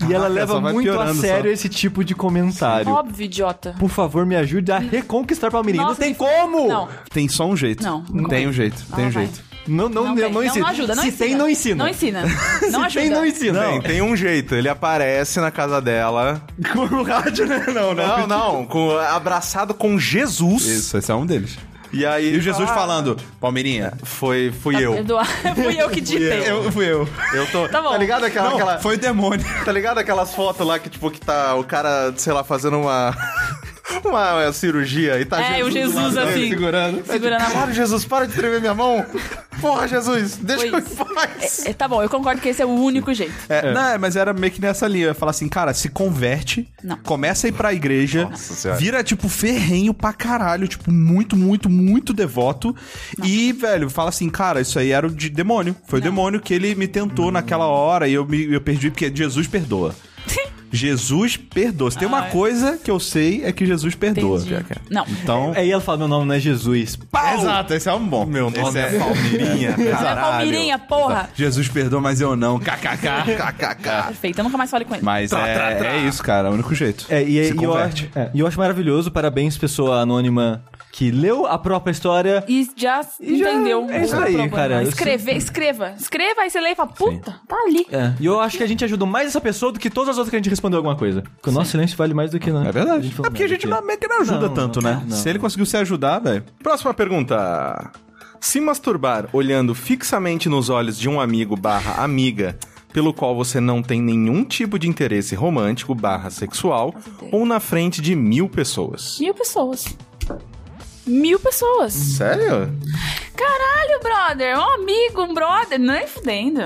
D: e ela
B: Caraca,
D: leva
B: só vai
D: muito a
B: piorando só.
D: sério esse tipo de comentário.
C: Óbvio, idiota.
D: Por favor, me ajude a reconquistar Palmeirinha. Não
C: Nossa,
D: tem
C: me-
D: como!
C: Não.
B: Tem só um jeito.
C: Não.
B: Tem um jeito, tem
C: Ah,
B: um
C: vai.
B: jeito.
D: Não, não, não,
C: tem.
D: não ensina.
C: ajuda, não
D: Se
C: ensina.
D: tem, não ensina.
C: Não ensina. Não
D: Se
C: ajuda.
D: tem, não ensina.
A: Não, tem um jeito. Ele aparece na casa dela.
D: Com
B: um
D: o rádio, né? Não,
A: Não, não. Com, abraçado com Jesus.
B: Isso, esse é um deles.
A: E aí. ah.
B: E o Jesus
A: fala,
B: falando, Palmeirinha,
A: Foi, fui eu.
C: Eduardo, fui Tá, eu que ditei.
B: fui eu.
A: Eu tô.
C: Tá bom.
A: ligado aquela.
B: Não,
A: aquela-
B: foi o demônio.
A: Tá ligado aquelas fotos lá que, tipo, que tá o cara, sei lá, fazendo uma. uma cirurgia e tá
C: É, o Jesus
A: do lado dele.
C: assim.
B: segurando.
C: Segurando a mão.
A: Caralho, Jesus, para de tremer minha mão. Porra, Jesus, deixa
C: Pois.
A: eu em paz.
C: É, tá bom, eu concordo que esse é o único jeito.
B: É, Não, é, mas era meio que nessa linha. Eu ia falar assim, cara, se converte,
C: Não.
B: começa a ir pra igreja,
A: Nossa Senhora.
B: vira, tipo, ferrenho pra caralho, tipo, muito, muito, muito devoto. E, velho, fala assim, cara, isso aí era o de demônio. Foi o demônio que ele me tentou naquela hora e eu, me, eu perdi, porque Jesus perdoa. Jesus perdoa. Se tem uma
C: Ai.
B: coisa que eu sei é que Jesus perdoa.
C: Entendi.
B: Jaca.
D: é.
C: Não.
B: Então.
D: Aí ela fala: meu nome não é Jesus.
B: Pau! Exato, esse é um bom. Meu
A: nome é Palmeirinha,
C: Olha a Palmeirinha, porra.
B: Jesus perdoa, mas eu não. KKK. KKK.
C: Perfeito, eu nunca mais falo com ele.
B: Mas é, é isso, cara. É o único jeito.
D: É, e,
B: Se
D: e eu,
B: converte.
D: acho- é, e eu acho maravilhoso, parabéns, pessoa anônima que leu a própria história.
C: E já
D: E já-
C: entendeu.
D: é isso
C: o
D: aí,
C: problema.
D: cara, eu
C: Escrever, escreva. Escreva, aí você lê e fala, puta, tá ali.
D: É, E eu acho que a gente ajudou mais essa pessoa do que todas as outras que a gente respondeu alguma coisa. Porque o nosso silêncio vale mais do que, né?
B: É verdade.
D: falou
B: É porque a
D: merda
B: gente
D: aqui.
B: não, meio que não ajuda
D: Não,
B: tanto,
D: não,
B: né?
D: não.
B: Se ele conseguiu se ajudar, velho.
A: Próxima pergunta. Se masturbar olhando fixamente nos olhos de um amigo um barra amiga pelo qual você não tem nenhum tipo de interesse romântico barra sexual ou na frente de mil pessoas.
C: Mil pessoas. Mil pessoas.
A: Sério?
C: Caralho, brother. Um amigo, um brother. Nem fudendo.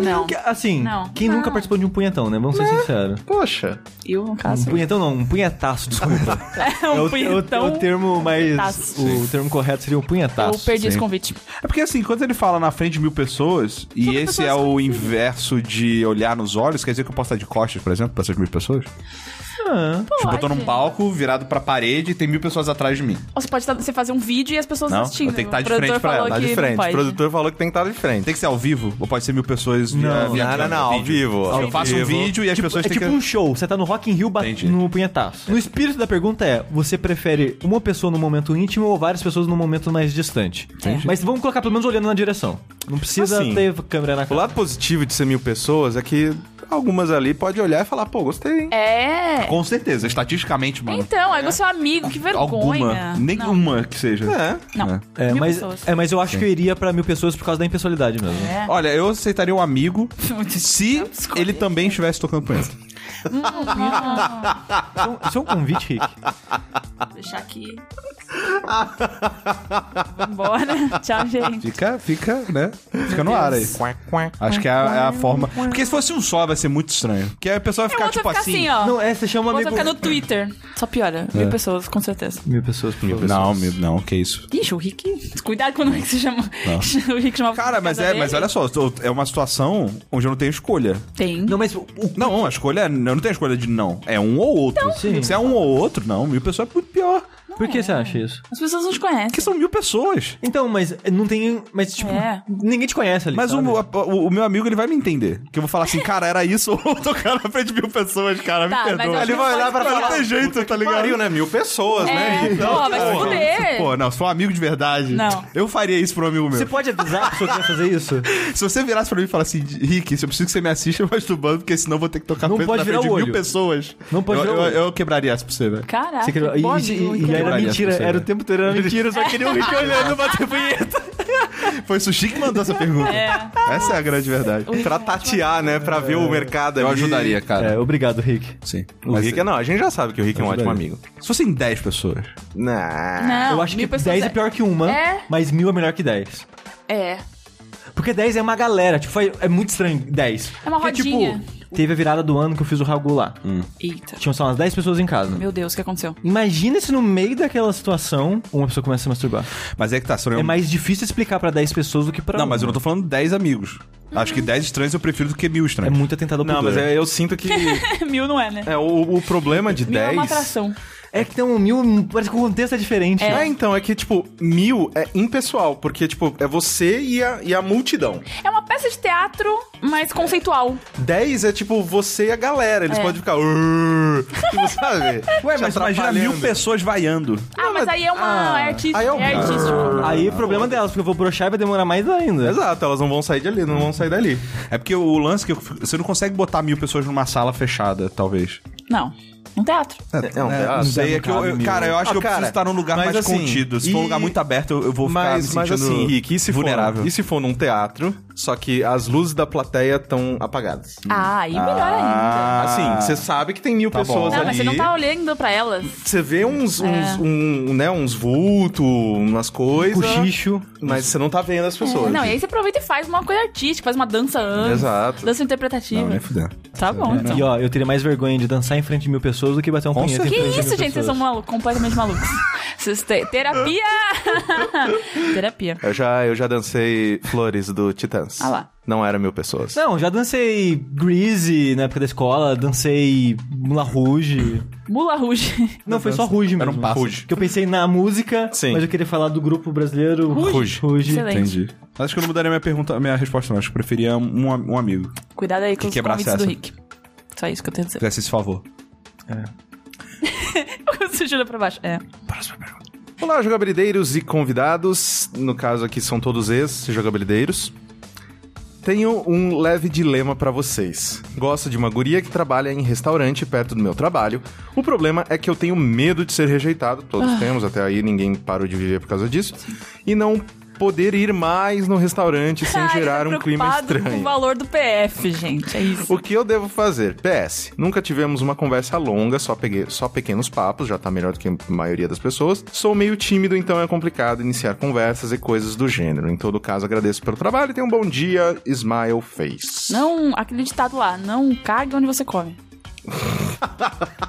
C: Não.
D: Que- Assim,
C: Não.
D: quem nunca
C: Não.
D: participou de um punhetão, né? Vamos ser sinceros.
A: Poxa.
C: Eu, no
D: Um
C: caso.
D: punhetão não, um punhetaço, desculpa.
C: É
D: É o- é
C: um
D: o-
C: punhetão.
D: é o termo mais.
C: Punhetaço.
D: O termo correto seria o punhetaço.
C: Eu perdi esse
D: sim.
C: convite.
B: É porque assim, quando ele fala na frente de mil pessoas, e
C: Todas
B: esse
C: pessoas
B: é o
C: conhecidas.
B: inverso de olhar nos olhos, quer dizer que eu posso estar de costas, por exemplo, pra essas mil pessoas?
D: Ah,
B: Tipo, eu tô
C: Pode.
B: num palco virado pra parede e tem mil pessoas atrás de mim.
C: Ou você pode tá- você fazer um vídeo e as pessoas
B: Não,
C: assistindo.
B: eu tenho que tá de
C: O produtor
B: frente pra ela,
C: falou
A: Tá
C: que
A: de
C: não
A: frente. O
C: pode. né?
A: produtor falou que tem que estar de frente.
B: Tem que ser ao vivo? Ou pode ser mil pessoas via,
D: Não.
B: via
A: Não, não,
B: câmera,
A: não, ao
B: vídeo?
A: vivo.
B: Eu
A: ao
B: faço um vídeo e as pessoas
D: é
B: têm
D: tipo
B: que...
D: um show. Você tá no Rock in Rio
B: Entendi.
D: batendo no punhetaço. No espírito da pergunta é: você prefere uma pessoa num momento íntimo ou várias pessoas num momento mais distante?
C: Entendi.
D: Mas vamos colocar pelo menos olhando na direção. Não precisa
A: Assim,
D: ter câmera na
A: O
D: cara.
A: lado positivo de ser mil pessoas é que algumas ali pode olhar e falar, pô, gostei, hein?
C: É.
B: Com certeza, estatisticamente, mano.
C: Então, aí você é amigo, que vergonha.
B: Alguma,
C: não.
B: nenhuma que seja.
C: Não.
B: É.
D: É,
C: Mil
D: mas,
C: pessoas.
D: é, mas eu acho que eu iria pra mil pessoas por causa da impessoalidade mesmo.
C: É.
B: Olha, eu aceitaria um amigo se
C: escolher.
B: ele também estivesse tocando punheta.
D: Isso, é um, isso é um convite, Rick.
C: deixar aqui. Vambora. Tchau, gente.
B: Fica, fica, né? Fica no ar aí. Acho que é a, é a forma. Porque se fosse um só, vai ser muito estranho. Porque aí a pessoa vai
C: Eu
B: ficar
C: vou
B: tipo
C: ficar assim,
B: assim.
C: ó.
D: Não, é, você chama um
C: Vou
D: amigo.
C: ficar no Twitter. Só piora. Mil pessoas, com certeza.
D: Mil pessoas por mil
B: Não, meu- não, que isso.
C: Ixi, o Rick. Cuidado quando o Rick se chama. o Rick chamava.
B: Cara, mas é, mas olha só, eu- é uma situação onde eu não tenho escolha.
C: Tem.
D: Não, mas o-
B: Não, a escolha é- eu não tenho escolha de não. É um ou outro.
D: Então, Sim.
B: Se é um ou outro, não, mil pessoas é muito pior.
D: por que você acha isso?
C: As pessoas não te conhecem.
B: Porque são mil pessoas.
D: Então, mas não tem. Mas, tipo,
C: É.
D: ninguém te conhece ali.
B: Mas
D: sabe?
B: o, a- o- o meu amigo, ele vai me entender. Que eu vou falar assim, cara, era isso ou tocar na frente de mil pessoas, cara, me
C: Tá, mas
B: perdoa.
C: eu acho que não pode
B: Não
C: falar.
B: tem jeito, tá ligado?
A: Pariu, né? Mil pessoas, né?
C: É, pô, vai se
D: É.
B: Pô,
C: fuder.
B: Pô, não, se for um amigo de verdade,
C: Não.
B: eu faria isso pra um amigo meu.
D: Você pode avisar a pessoa que vai fazer isso?
B: Se você virasse pra mim e falasse, Rick, se eu preciso que você me assista masturbando, porque senão eu vou ter que tocar
D: Não
B: punheta
D: pode
B: na
D: virar
B: frente
D: o
B: de
D: olho.
B: mil pessoas.
D: Não pode
B: eu,
D: virar o
B: eu-
D: olho.
B: eu quebraria essa pra você, velho.
C: Caraca.
D: Você queria-
C: que bom,
D: e, e- e era
B: Quebraria as
D: mentira,
B: pessoas.
D: era o tempo inteiro era mentira, só queria o Rick olhando bater punheta.
B: Foi o Sushi que mandou essa pergunta. Essa é a grande verdade.
A: Pra tatear, né? Pra ver o mercado ali.
B: Eu ajudaria, cara.
D: É, obrigado, Rick.
B: Sim.
A: O Rick é, não, a gente já sabe que o Rick é um ótimo amigo.
B: Se fossem 10 pessoas.
A: Nah.
C: Não,
D: eu acho que
C: mil
D: 10
C: pessoas
D: é pior que uma,
C: É.
D: mas mil é melhor que 10.
C: É.
D: Porque 10 é uma galera, tipo, foi- é muito estranho 10.
C: É uma
D: Porque,
C: rodinha.
D: tipo, teve a virada do ano que eu fiz o Ragu lá.
C: Eita.
D: Tinham só umas 10 pessoas em casa.
C: Meu Deus, o que aconteceu?
D: Imagina se no meio daquela situação uma pessoa começa a se masturbar.
B: Mas é que tá, se eu
D: É mais difícil explicar pra 10 pessoas do que pra
B: Não,
D: uma.
B: mas eu não tô falando 10 amigos. Acho que 10 estranhos eu prefiro do que mil
D: É
B: estranhos.
D: muito atentado ao
A: Não,
D: pudor.
A: mas é- eu sinto que.
C: Mil não é, né?
A: É, o, o problema de
C: Mil é uma
A: 10.
C: atração.
D: É que tem um mil, parece que o contexto é diferente.
A: É, então, é que, tipo, mil é impessoal, porque, tipo, é você e a, e a multidão.
C: É uma peça de teatro, mas conceitual.
A: Dez é, tipo, você e a galera. Eles
C: É.
A: podem ficar. "Urr", tipo, sabe?
B: Ué,
A: Te
B: mas imagina mil
A: atrapalhando.
B: pessoas vaiando.
C: Ah, mas aí é uma é artística.
A: aí é um-
C: artístico.
D: Aí o problema delas, porque eu vou broxar e vai demorar mais ainda.
A: Exato, elas não vão sair dali, não vão sair dali.
B: É porque o lance que eu fico- você não consegue botar mil pessoas numa sala fechada, talvez.
C: Não. Um teatro.
A: É, é um
B: É, não
A: teatro.
B: sei, é que eu, eu- cara, eu acho
A: Ah,
B: que eu
A: cara,
B: preciso estar num lugar
A: mas
B: mais
A: assim,
B: contido. Se for um
A: e-
B: lugar muito aberto, eu, eu vou ficar
A: Mas,
B: me
A: mas
B: sentindo
A: assim, Rick, e se
B: vulnerável.
A: for, e se for num teatro, só que as luzes da plateia estão apagadas?
C: Ah, aí melhor ainda.
B: Ah,
A: Assim, você sabe que tem mil
B: Tá
A: pessoas
B: bom.
C: Não,
A: ali.
C: mas você não tá É. olhando pra elas.
A: Você vê uns, uns, um, né, uns vultos, umas coisas.
D: Cochicho.
A: Mas você não tá vendo as pessoas.
C: É. Não, e aí você aproveita e faz uma coisa artística, faz uma dança antes.
A: Exato.
C: Dança interpretativa.
B: Não, nem fudendo.
C: Tá bom, então.
D: E ó, eu teria mais vergonha de dançar em frente de mil pessoas do que bater um
B: Com
D: punheta em
C: Que
D: frente de mil
C: isso, gente? Vocês
D: pessoas.
C: são malucos, completamente malucos. Vocês te- Terapia! Terapia.
A: Eu já, eu já dancei Flores do Titãs.
C: Ah lá.
A: Não era mil pessoas.
D: Não, já dancei Greasy na época da escola, dancei Mula Rouge.
C: Mula Ruge.
D: Não, foi só Rouge mesmo.
B: Era um pássaro.
A: Rouge.
D: Que eu pensei na música,
A: Sim.
D: mas eu queria falar do grupo brasileiro
A: Rouge.
D: Rouge.
C: Excelente.
B: Entendi. Mas acho que eu não mudaria minha pergunta, minha resposta, não. Acho que eu preferia um, um amigo.
C: Cuidado aí com os
B: quebrasse
C: convites do
B: essa?
C: Rick. Só isso que eu tenho a dizer.
B: Fizesse esse favor.
C: Você jura pra baixo. É.
A: Olá, jogabilideiros e convidados. No caso aqui são todos esses jogabilideiros. Tenho um leve dilema pra vocês. Gosto de uma guria que trabalha em restaurante perto do meu trabalho. O problema é que eu
C: Ah.
A: tenho medo de ser rejeitado, todos temos, até aí ninguém parou de viver por causa disso. E não poder ir mais no restaurante sem
C: Ai,
A: gerar
C: eu tô
A: um clima
C: Tá, preocupado Com o
A: estranho.
C: valor do PF, gente. É isso.
A: O que eu devo fazer? PS, nunca tivemos uma conversa longa, só, peguei, só pequenos papos, já tá melhor do que a maioria das pessoas. Sou meio tímido, então é complicado iniciar conversas e coisas do gênero. Em todo caso, agradeço pelo trabalho e tenha um bom dia, Smile Face.
C: Não, aquele ditado lá, não cague onde você come.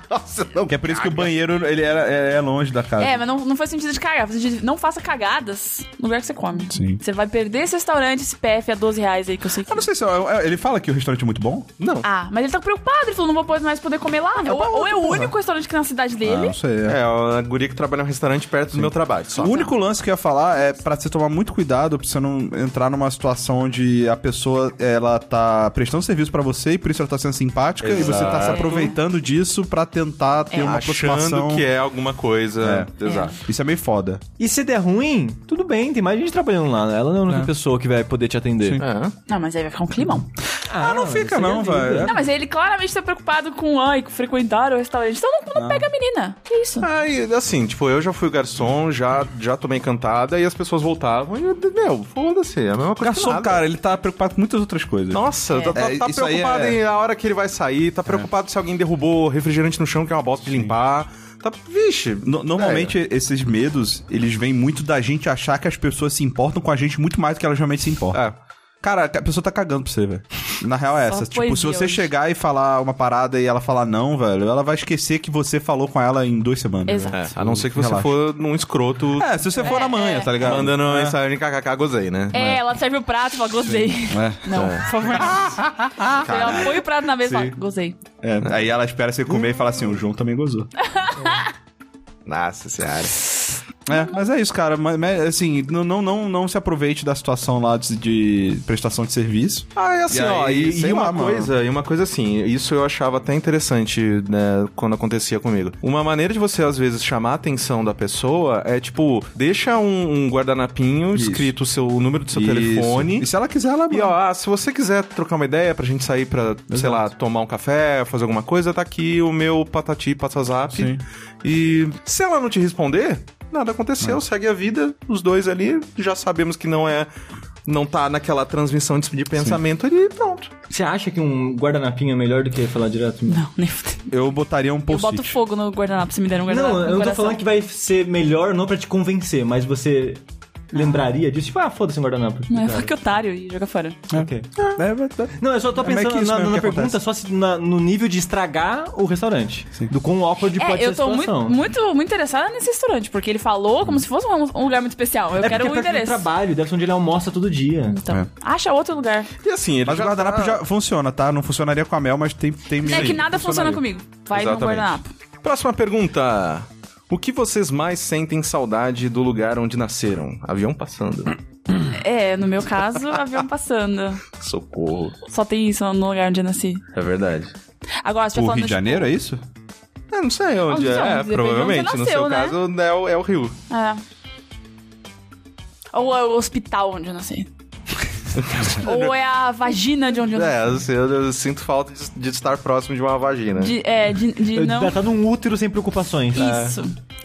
A: Nossa, não
B: Que é por isso que o banheiro ele era, é, é longe da casa.
C: É, mas não, não foi sentido de cagar, foi sentido de não faça cagadas no lugar que você come.
B: Sim.
C: Você vai perder esse restaurante, esse PF a 12 reais aí que eu sei que.
B: Eu não sei se. é- é- Ele fala que o restaurante é muito bom?
A: Não.
C: Ah, mas ele tá preocupado, ele falou, não vou mais poder comer lá. ou, ou é o único restaurante que tem na cidade
B: Ah,
C: dele.
B: não sei. é.
A: É, a guria que trabalha no restaurante perto do meu trabalho. Só.
B: O único lance que eu ia falar é pra você tomar muito cuidado pra você não entrar numa situação onde a pessoa ela tá prestando serviço pra você e por isso ela tá sendo simpática e você tá se
C: Exato.
B: aproveitando disso pra tentar ter uma aproximação.
A: Achando tá que é alguma coisa.
B: É.
A: Exato.
B: Isso é meio foda.
D: E se der ruim, tudo bem, tem mais gente trabalhando lá. né? Ela não é a única pessoa que vai poder te atender.
A: É.
C: Não, mas aí vai ficar um climão.
D: Ah,
B: não
D: isso
B: fica
D: aí é
B: não,
D: vida.
B: velho.
C: Não, mas ele claramente tá preocupado com, ai, que frequentar o restaurante. Então não, não pega a menina. Que isso?
A: Ah, e assim, tipo, eu já fui garçom, já, já tomei cantada e as pessoas voltavam e, meu, foda-se, é a mesma coisa. que
B: Garçom,
A: nada.
B: cara, ele tá preocupado com muitas outras coisas.
A: Nossa, tá, tá-
B: É,
A: tá
B: isso aí
A: preocupado
B: é-
A: em a hora que ele vai sair, tá preocupado se alguém derrubou refrigerante no chão, que é uma bosta de limpar. Tá, vixe.
B: No- normalmente esses medos, eles vêm muito da gente achar que as pessoas se importam com a gente muito mais do que elas realmente se importam.
A: É.
B: Cara, a pessoa tá cagando pra você, velho. Na real é
C: Só
B: essa. Tipo, se
C: poesia
B: você
C: hoje.
B: chegar e falar uma parada e ela falar não, velho, ela vai esquecer que você falou com ela em duas semanas.
C: Exato.
B: velho.
A: É, a não ser que você
B: Relaxa.
A: for num escroto
B: É, se você for na manha, tá ligado?
A: mandando
B: é.
A: mensagem kkk, gozei, né?
C: É, ela serve o prato e fala, gozei.
B: É.
C: Não, por favor. não. Ela põe o prato na mesa e fala,
B: Sim.
C: gozei.
B: É, Aí ela espera você comer e fala assim, o João também gozou.
A: Nossa senhora.
B: É, mas é isso, cara. Mas, mas, assim, não, não, não, não se aproveite da situação lá de, de prestação de serviço.
A: Ah, é assim,
B: E aí,
A: ó, e,
B: sei
A: e uma
B: lá, mano.
A: coisa, e uma coisa assim, isso eu achava até interessante, né, quando acontecia comigo. Uma maneira de você, às vezes, chamar a atenção da pessoa é, tipo, deixa um, um guardanapinho
B: Isso.
A: escrito o seu o número do seu
B: Isso.
A: telefone.
B: E se ela quiser, ela
A: E ó, ah, se você quiser trocar uma ideia pra gente sair pra, sei lá, tomar um café, fazer alguma coisa, tá aqui o meu patati patazap.
B: Sim.
A: E se ela não te responder, nada aconteceu,
B: É.
A: segue a vida, os dois ali, já sabemos que não é. Não tá naquela transmissão de de pensamento ali, pronto.
D: Você acha que um guardanapinho é melhor do que falar direto?
C: Não, nem fudeu.
B: Eu botaria um
C: Eu
B: post-it.
C: boto fogo no guardanapo, se me der um guardanapo.
D: Não,
C: no
D: eu não tô
C: coração.
D: falando que vai ser melhor não pra te convencer, mas você lembraria disso? Tipo, ah, foda-se um guardanapo.
C: Não, eu
D: Cara.
C: falo que otário e joga fora.
D: Ok.
B: É, mas
A: né?
B: tá-
D: Não, eu só tô
B: É meio
D: pensando
B: que isso
D: na,
B: mesmo
D: na
B: que
D: pergunta
B: acontece.
D: só se na- no nível de estragar o restaurante. Do quão awkward pode
C: É,
D: ser
C: eu
D: a
C: tô muito,
D: situação.
C: muito, muito interessada nesse restaurante, porque ele falou como se fosse um, um lugar muito especial. Eu
D: é
C: quero o
D: porque é perto do
C: endereço.
D: trabalho, deve ser onde ele almoça todo dia.
C: Então,
B: É.
C: acha outro lugar.
A: E assim, ele
B: Mas o guardanapo já funciona, tá? Não funcionaria com a Mel, mas tem... tem
C: é que nada funciona
B: funcionaria.
C: comigo. Vai no
A: Exatamente.
C: guardanapo.
A: Próxima pergunta. O que vocês mais sentem saudade do lugar onde nasceram? Avião passando.
C: É, no meu caso, avião passando.
A: Socorro.
C: Só tem isso no lugar onde eu nasci.
A: É verdade.
C: Agora, você
B: O
C: tá falando.
B: Rio de Janeiro, é isso?
A: É, não sei onde
C: Onde
A: é.
C: são?
A: É,
C: Depende de onde
A: provavelmente.
C: você
A: no seu
C: nasceu, né?
A: caso, é o, é o Rio.
C: tipo, É. Ou é o hospital onde eu nasci. Ou é a vagina de onde eu nasci.
A: É, assim, eu, eu sinto falta de, de estar próximo de uma vagina.
C: De, é, de, de
D: Eu é.
C: não.
D: Tá num útero sem preocupações.
C: Isso.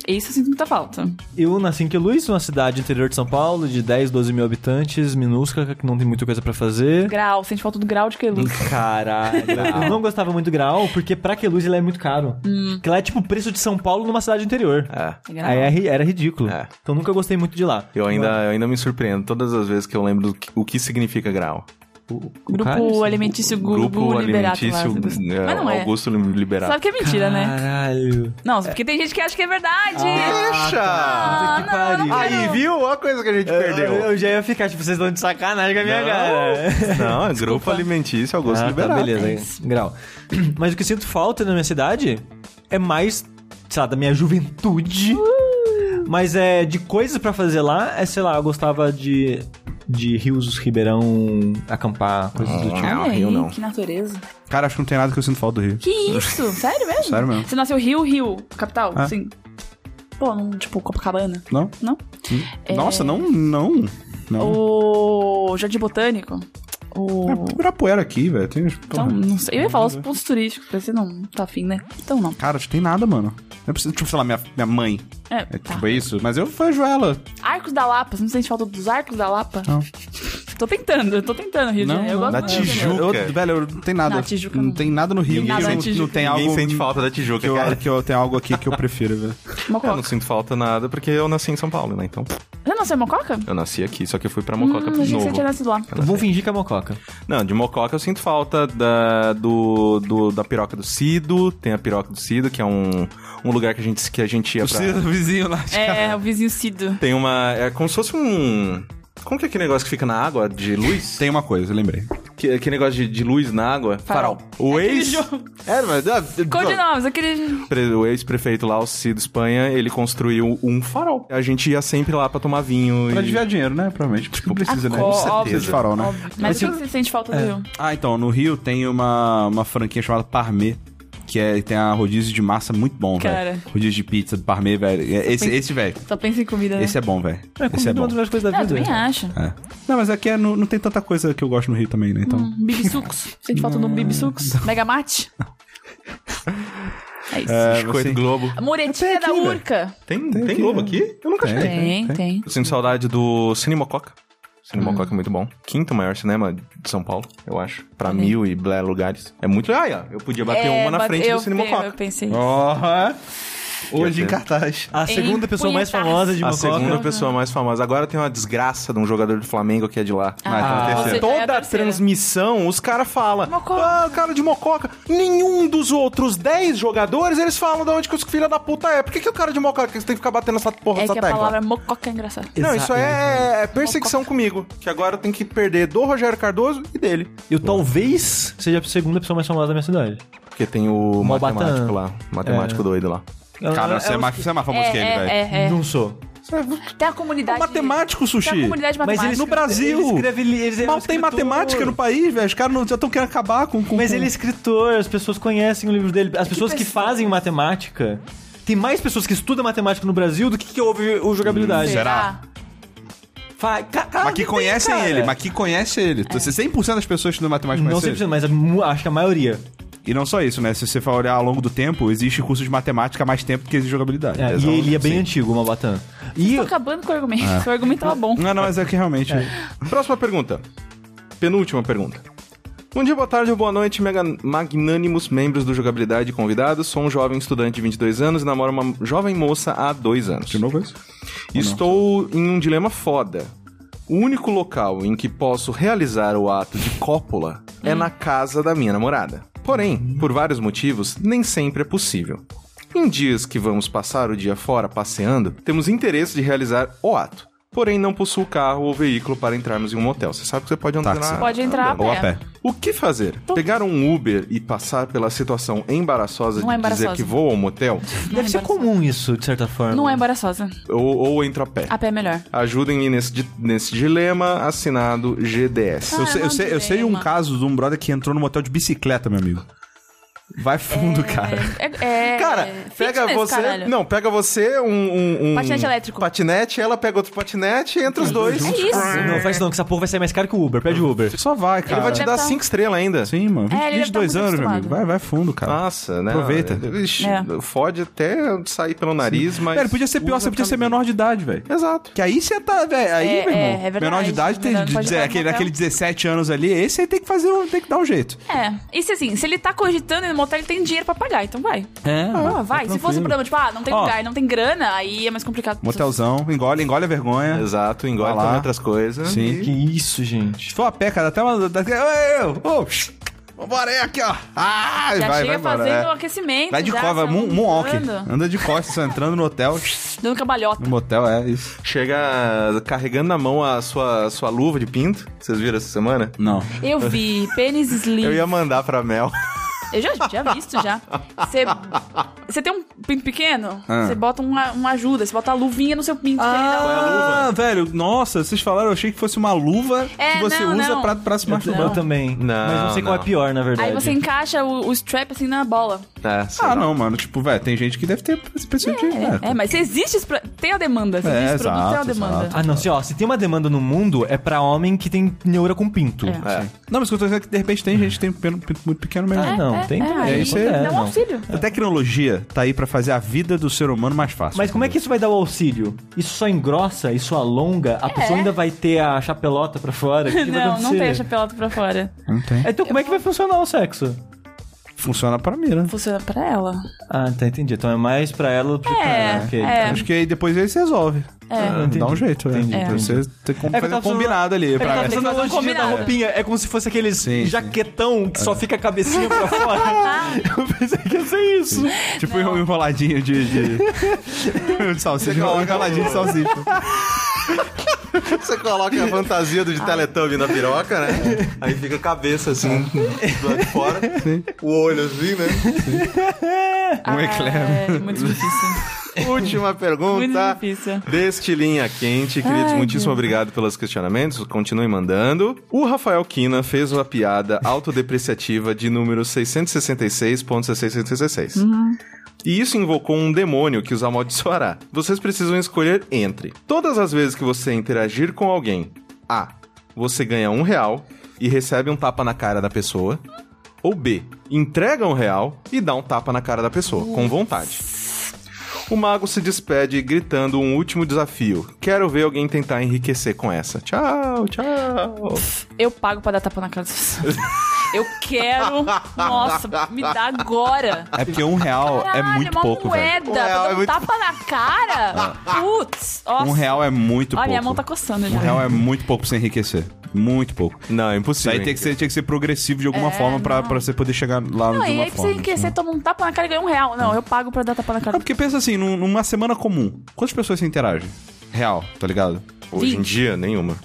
C: Isso eu sinto muita falta.
D: Eu nasci em Queluz, uma cidade interior de São Paulo, de 10, 12 mil habitantes, minúscula, que não tem muita coisa pra fazer.
C: Grau, sente falta do grau de queluz.
D: Caralho. Eu não gostava muito do grau, porque pra Queluz ele é muito caro. Porque lá é tipo o preço de São Paulo numa cidade interior.
A: É.
C: É Hum. grau.
D: Aí é ri- era ridículo.
A: É.
D: Então nunca gostei muito de lá.
A: Eu ainda, eu ainda me surpreendo todas as vezes que eu lembro do que- o que significa grau.
D: O- o
C: Grupo
D: Carlos?
C: alimentício Gugu Liberato. lá, Augusto.
A: é,
C: Mas não é.
A: Augusto Liberato.
C: Sabe que é mentira, né?
D: Caralho.
C: Não, porque tem gente que acha que é verdade.
A: Deixa!
D: Ah, puta que
C: não,
D: pariu.
C: não quero.
A: Aí, viu? Olha a coisa que a gente
D: Eu,
A: perdeu.
D: eu já ia ficar, tipo, vocês estão de sacanagem com a minha
A: Não.
D: cara.
A: Não, é grupo alimentício é Augusto
D: Ah, tá,
A: Liberato.
D: beleza, grau. Mas o que eu sinto falta na minha cidade é mais, sei lá, da minha juventude.
B: Uh!
D: Mas é de coisas pra fazer lá, é, sei lá, eu gostava de, de rios, ribeirão, acampar, coisas do tipo.
A: Não,
C: Olha aí,
A: Rio não.
C: Que natureza.
B: Cara, acho que não tem nada que eu sinto falta do Rio.
C: Que isso? Sério mesmo?
B: Sério mesmo.
C: Você nasceu Rio, Rio, capital?
B: É.
C: Sim. Pô, não, tipo, Copacabana,
B: Não?
C: não?
B: Hum?
C: É.
B: Nossa, não... Não. Não.
C: O Jardim Botânico. O.
B: É Ibirapuera aqui, velho. Tem...
C: Então, não sei. Eu ia falar os pontos turísticos, porque você não tá afim, né? Então não.
B: Cara, acho que tem nada, mano. Não é preciso, tipo, sei lá, minha, minha mãe.
C: É,
B: É
C: tá.
B: tipo isso. Mas eu vejo ela.
C: Arcos da Lapa. Não sei se falta dos Arcos da Lapa.
B: Não. Tô
C: Tô tentando, eu tô tentando, Rio de
B: Não,
C: Janeiro. Eu
B: não.
C: gosto
A: Na
C: muito do Rio de Janeiro.
A: Tijuca.
B: Eu- velho, eu não tem nada.
C: Na Tijuca
B: não
C: não.
B: tem nada no Rio.
C: Nada
B: que
C: na
B: não- não
C: Tijuca.
B: tem algo
A: Ninguém sente falta da Tijuca,
B: que eu,
A: cara.
B: que eu tenho algo aqui que eu prefiro, velho.
A: Eu
C: Mococa.
A: não sinto falta nada, porque eu nasci em São Paulo, né? Então,
C: Você não nasceu em Mococa?
A: eu nasci aqui, só que eu fui pra Mococa de
C: Hum, achei que
A: novo.
C: você tinha nascido lá.
A: Eu
D: Vamos
A: nasci.
D: fingir que é mococa.
A: Não, de Mococa eu sinto falta da, do, do- da piroca do Cido. Tem a piroca do Cido, que é um, um lugar que a gente, que a gente ia pra...
B: vizinho lá.
C: É, o vizinho Cido.
A: Tem uma... É como se fosse um... Como que é aquele negócio que fica na água, de luz?
B: Tem uma coisa, eu lembrei.
A: Que, aquele negócio de, de luz na água?
C: Farol.
A: O
C: Aquele
A: ex...
C: jogo.
A: É, mas... ah,
C: Cor de nomes, aquele...
A: pre- o ex-prefeito lá, o Cido Espanha, ele construiu um farol. A gente ia sempre lá pra tomar vinho
B: Pra
A: e...
B: desviar dinheiro, né? Provavelmente. Tipo, precisa, né?
C: Ó,
B: Não
C: Ah, óbvio,
B: precisa de farol, né?
C: óbvio. Mas o que você sente falta do Rio?
B: Ah, então, no Rio tem uma, uma franquia chamada Parmê. Que é, tem a rodízio de massa muito bom, velho.
C: Cara.
B: Rodízio de pizza do Parmê, velho. É, Esse, esse velho.
C: Só pensa em comida, né?
B: Esse é bom, velho. Esse
D: comida
B: é
D: uma
B: bom.
D: das melhores coisas da
C: Ah, eu
D: vida.
C: também acho.
B: É. Não, mas aqui é, não, não tem tanta coisa que eu gosto no Rio também, né? Então.
C: Um Bibisucos. Sente falta do Bibisucos? Mega Mate? É isso.
A: Biscoito tipo, Globo.
C: Muretinha da Urca.
A: Tem, tem, Globo aqui? né? Eu nunca achei.
C: Tem, tem.
A: Eu sinto saudade do Cine Mococa. Cine
C: Hum.
A: Mococa é muito bom. Quinto maior cinema de São Paulo, eu acho. Pra mil e blé lugares. É muito... Ah, é, eu podia bater
C: É,
A: uma na
C: bate-
A: frente
C: eu,
A: do Cine Mococa.
C: Eu pensei.
A: Hoje em
B: cartaz.
D: A segunda pessoa mais famosa de
A: A
D: mococa.
A: segunda pessoa mais famosa. Agora tem uma desgraça de um jogador do Flamengo que é de lá.
B: Ah,
C: ou seja, é a
A: Toda a
C: terceira.
A: transmissão, os caras falam.
C: Mococa.
A: Ah, o cara de mococa. Nenhum dos outros 10 jogadores, eles falam de onde que os filha da puta é. Por que, que o cara de mococa que você tem que ficar batendo essa porra
C: É
A: dessa
C: que a
A: tecla?
C: palavra mococa é engraçada.
A: Não,
D: Exa-
A: isso é, é perseguição comigo. Que agora eu tenho que perder do Rogério Cardoso e dele.
D: Eu talvez seja a segunda pessoa mais famosa da minha cidade.
A: Porque tem o
D: Maubatã.
A: matemático lá. Matemático doido lá.
D: Eu-
B: Cara,
D: eu-
B: você é,
D: eu-
B: mais, você é mais famoso
C: É,
B: que ele, velho.
C: é, é, é.
D: Não sou.
C: Tem a comunidade...
B: Matemático,
C: Tem a
B: sushi.
C: comunidade
D: Mas
C: matemática.
D: ele
B: No Brasil.
D: Ele escreve, ele, ele é um
B: Mal tem
D: escritor.
B: matemática no país, velho. Os caras não- já estão querendo acabar com. com
D: Mas
B: com-
C: Uhum.
D: ele é escritor, as pessoas conhecem o livro dele. As pessoas que
C: pessoa?
D: fazem matemática. Tem mais pessoas que estudam matemática no Brasil do que que ouve o
C: Ah,
D: jogabilidade.
B: Será?
D: Fa- ca- cara,
B: Mas que
D: tem,
B: conhecem
D: cara.
B: ele, mas que conhece ele. Então, 100% das pessoas que estudam matemática
D: Não
B: conhecem ele.
D: 100%, mas a mu- acho que a maioria.
B: E não só isso, né? Se você for olhar ao longo do tempo, existe curso de matemática há mais tempo do que existe jogabilidade.
D: É, e
B: Exato.
D: ele é bem
B: Sim.
D: antigo, o Maubatã. E
C: Tô acabando com o argumento. O argumento tava bom.
B: Não, não, mas é que realmente.
A: Próxima pergunta. Penúltima pergunta. Bom dia, boa tarde ou boa noite, mega magnânimos membros do Jogabilidade e convidados. Sou um jovem estudante de 22 anos e namoro uma jovem moça há dois anos.
B: De novo é isso?
A: Estou em um dilema foda. O único local em que posso realizar o ato de cópula é na casa da minha namorada. Porém, por vários motivos, nem sempre é possível. Em dias que vamos passar o dia fora passeando, temos interesse de realizar o ato. Porém, não possuo carro ou veículo para entrarmos em um motel. Você sabe que você pode entrar
B: Táxi.
A: na...
C: Pode entrar a Ah,
A: andando.
B: Ou a pé.
A: O que fazer? Pegar um Uber e passar pela situação embaraçosa
C: Não é
A: de dizer
C: embaraçosa.
A: que vou ao motel?
D: deve
C: é
D: ser
C: embaraçoso.
D: comum isso, de certa forma.
C: Não é embaraçosa.
A: Ou, ou entro a pé?
C: A pé é melhor.
A: Ajudem-me nesse, di- nesse dilema, assinado GDS.
C: Ah,
B: eu, sei, eu,
C: não
B: sei, eu sei um
C: dilema.
B: caso de um brother que entrou no motel de bicicleta, meu amigo. Vai fundo, cara.
C: É, é-
A: Cara,
C: é
A: pega
C: fitness,
A: você.
C: caralho.
A: Não, pega você, um, um, um-
C: Patinete elétrico.
A: Patinete, ela pega outro patinete, entra os dois.
C: É isso.
D: Não faz isso não, que essa porra vai ser mais cara que o Uber. Pede o Uber.
B: Só vai, cara.
A: Ele vai te
C: Deve
A: dar
C: tá-
A: cinco estrelas ainda.
B: Sim, mano.
C: É,
B: 20,
C: ele deve tá
B: 22
C: muito
B: anos, meu amigo.
C: acostumado.
B: Vai, vai fundo, cara.
A: Nossa, né?
B: Aproveita.
A: Ixi,
C: É.
A: Fode até sair pelo nariz, mas.
B: Velho, podia ser pior,
A: usa
B: você podia ser
A: camisinha.
B: menor de idade, velho.
A: Exato.
B: Que aí você tá, velho. Aí,
C: É,
B: meu irmão.
C: é, é verdade.
B: menor de idade, tem,
C: Menor não pode
B: dizer,
C: entrar no
B: aquele,
C: motel.
B: aquele 17 anos ali, esse aí tem que fazer, um- tem que dar um jeito.
C: É. E se assim, se ele tá cogitando ir no motel, ele tem dinheiro pra pagar, então vai.
B: É.
C: Ah, vai. se fosse um problema, tipo, ah, não tem
B: Ó.
C: lugar, não tem grana, aí é mais complicado. pra pessoa.
B: Motelzão, engole, engole a vergonha.
A: Exato, engole
B: É. Vai lá.
A: também outras coisas.
B: Sim.
D: Que isso, gente.
B: Se for a pé, cara, até uma. da- Ô, eu! Ô! shh, Vambora
A: é
B: aí, aqui, ó! Ah,
C: Já
B: vai, vai
C: chega
B: embora.
C: fazendo
B: é.
C: aquecimento.
B: Vai de
C: já,
B: cova,
C: sabe,
B: moon- moonwalk.
C: andando,
B: Anda de costas, só entrando no hotel. é um shh,
C: Dando cambalhota.
B: No motel, é isso.
A: Chega carregando na mão a sua, sua luva de pinto. Vocês viram essa semana?
B: Não.
C: Eu vi pênis slim.
A: Eu ia mandar pra Mel.
C: Eu já já vi isso já. Você- Você tem um pinto pequeno,
B: Ah.
C: você bota uma, uma ajuda, você bota a luvinha no seu pinto. que ele dá- um-
B: Ah, velho, nossa, vocês falaram, eu achei que fosse uma luva
C: É,
B: que você
C: não,
B: usa
C: não.
B: Pra, pra se
D: Eu,
B: masturbar.
D: eu também.
A: Não,
D: mas não sei qual
A: não.
D: é pior, na verdade.
C: Aí você encaixa o, o strap assim na bola.
E: É, sei
B: Ah,
E: lá.
B: não, mano. Tipo, velho, tem gente que deve ter esse perfil de.
C: É, mas se existe, esse pro- tem a demanda. Se
B: tá. É,
C: existe produto, tem a
B: exato,
C: demanda.
B: exato.
D: Ah, não, assim, ó, se tem uma demanda no mundo, é pra homem que tem neura com pinto.
C: É.
E: É.
B: Não, mas o que eu tô dizendo é que de repente tem gente que tem um pelo- pinto muito pequeno mesmo.
D: Ah, não, tem também.
C: É, aí
B: isso aí,
C: Dá um
D: é não.
C: auxílio.
B: A tecnologia tá aí pra fazer a vida do ser humano mais fácil.
D: Mas como é que isso vai dar o auxílio? Isso só engrossa, isso alonga, a pessoa ainda vai ter a chapelota pra fora? O que que vai
C: Não, não
D: acontecer?
C: tem a chapelota pra fora.
B: Não tem.
D: Então como é que vai funcionar o sexo?
B: Funciona pra mim, né?
C: Funciona pra ela.
D: Ah, tá, entendi. Então é mais pra ela do que pra
C: É,
D: ok. então,
C: é.
B: Acho que aí depois aí você resolve.
C: É.
D: entendi.
B: Dá um jeito, né?
D: Entendi,
B: Então
D: entendi.
B: Você tem que
D: É que eu
B: fazer
D: tava
B: um combinado ali.
D: É que
B: pra-
D: tá pensando na
C: Tem que fazer um
D: lojinha da
C: combinado.
D: roupinha, é como se fosse aqueles
B: Sim, sim.
D: jaquetão que só fica a cabecinha pra fora. Eu pensei que ia ser isso.
B: Tipo um enroladinho de. de... de salsicha. Um enroladinho de salsicha.
E: Você coloca a fantasia do de Teletubbie na piroca, né? Aí fica a cabeça assim, do lado de fora. O olho assim, né?
B: Um eclair.
C: É, muito difícil.
E: Última
C: muito
E: pergunta.
C: difícil.
A: Deste Linha Quente, queridos,
C: Ai,
A: muitíssimo
C: Deus.
A: obrigado pelos questionamentos, continuem mandando. O Rafael Kina fez uma piada autodepreciativa de número 666.666. E isso invocou um demônio que os amaldiçoará. Vocês precisam escolher entre. Todas as vezes que você interagir com alguém, A. Você ganha um real e recebe um tapa na cara da pessoa. Ou B. Entrega um real e dá um tapa na cara da pessoa, com vontade. O mago se despede gritando um último desafio. Quero ver alguém tentar enriquecer com essa. Tchau, tchau.
C: Eu pago pra dar tapa na cara das pessoas. Eu quero. Nossa, me dá agora.
B: É porque um real é
C: Caralho,
B: muito
C: uma
B: pouco, velho.
C: moeda.
E: Um real
C: pra dar
E: é
C: um
E: muito-
C: tapa na cara. Putz. Nossa.
B: Um real é muito
C: Olha,
B: pouco.
C: minha mão tá coçando já.
B: Um real é muito pouco pra você enriquecer. Muito pouco.
A: Não, é
B: Isso
A: impossível.
B: aí tem que ser, tinha que ser progressivo de alguma
C: É,
B: forma pra,
C: não.
B: pra você poder chegar
C: Não,
B: lá de
C: e aí
B: uma forma. assim.
C: precisa enriquecer, toma um tapa na cara e ganha um real. Não, eu pago pra dar tapa na
B: Não,
C: cara.
B: porque pensa assim, num- numa semana comum, quantas pessoas você interage? Real, tá ligado?
A: Hoje em
C: Vinte.
A: dia, nenhuma.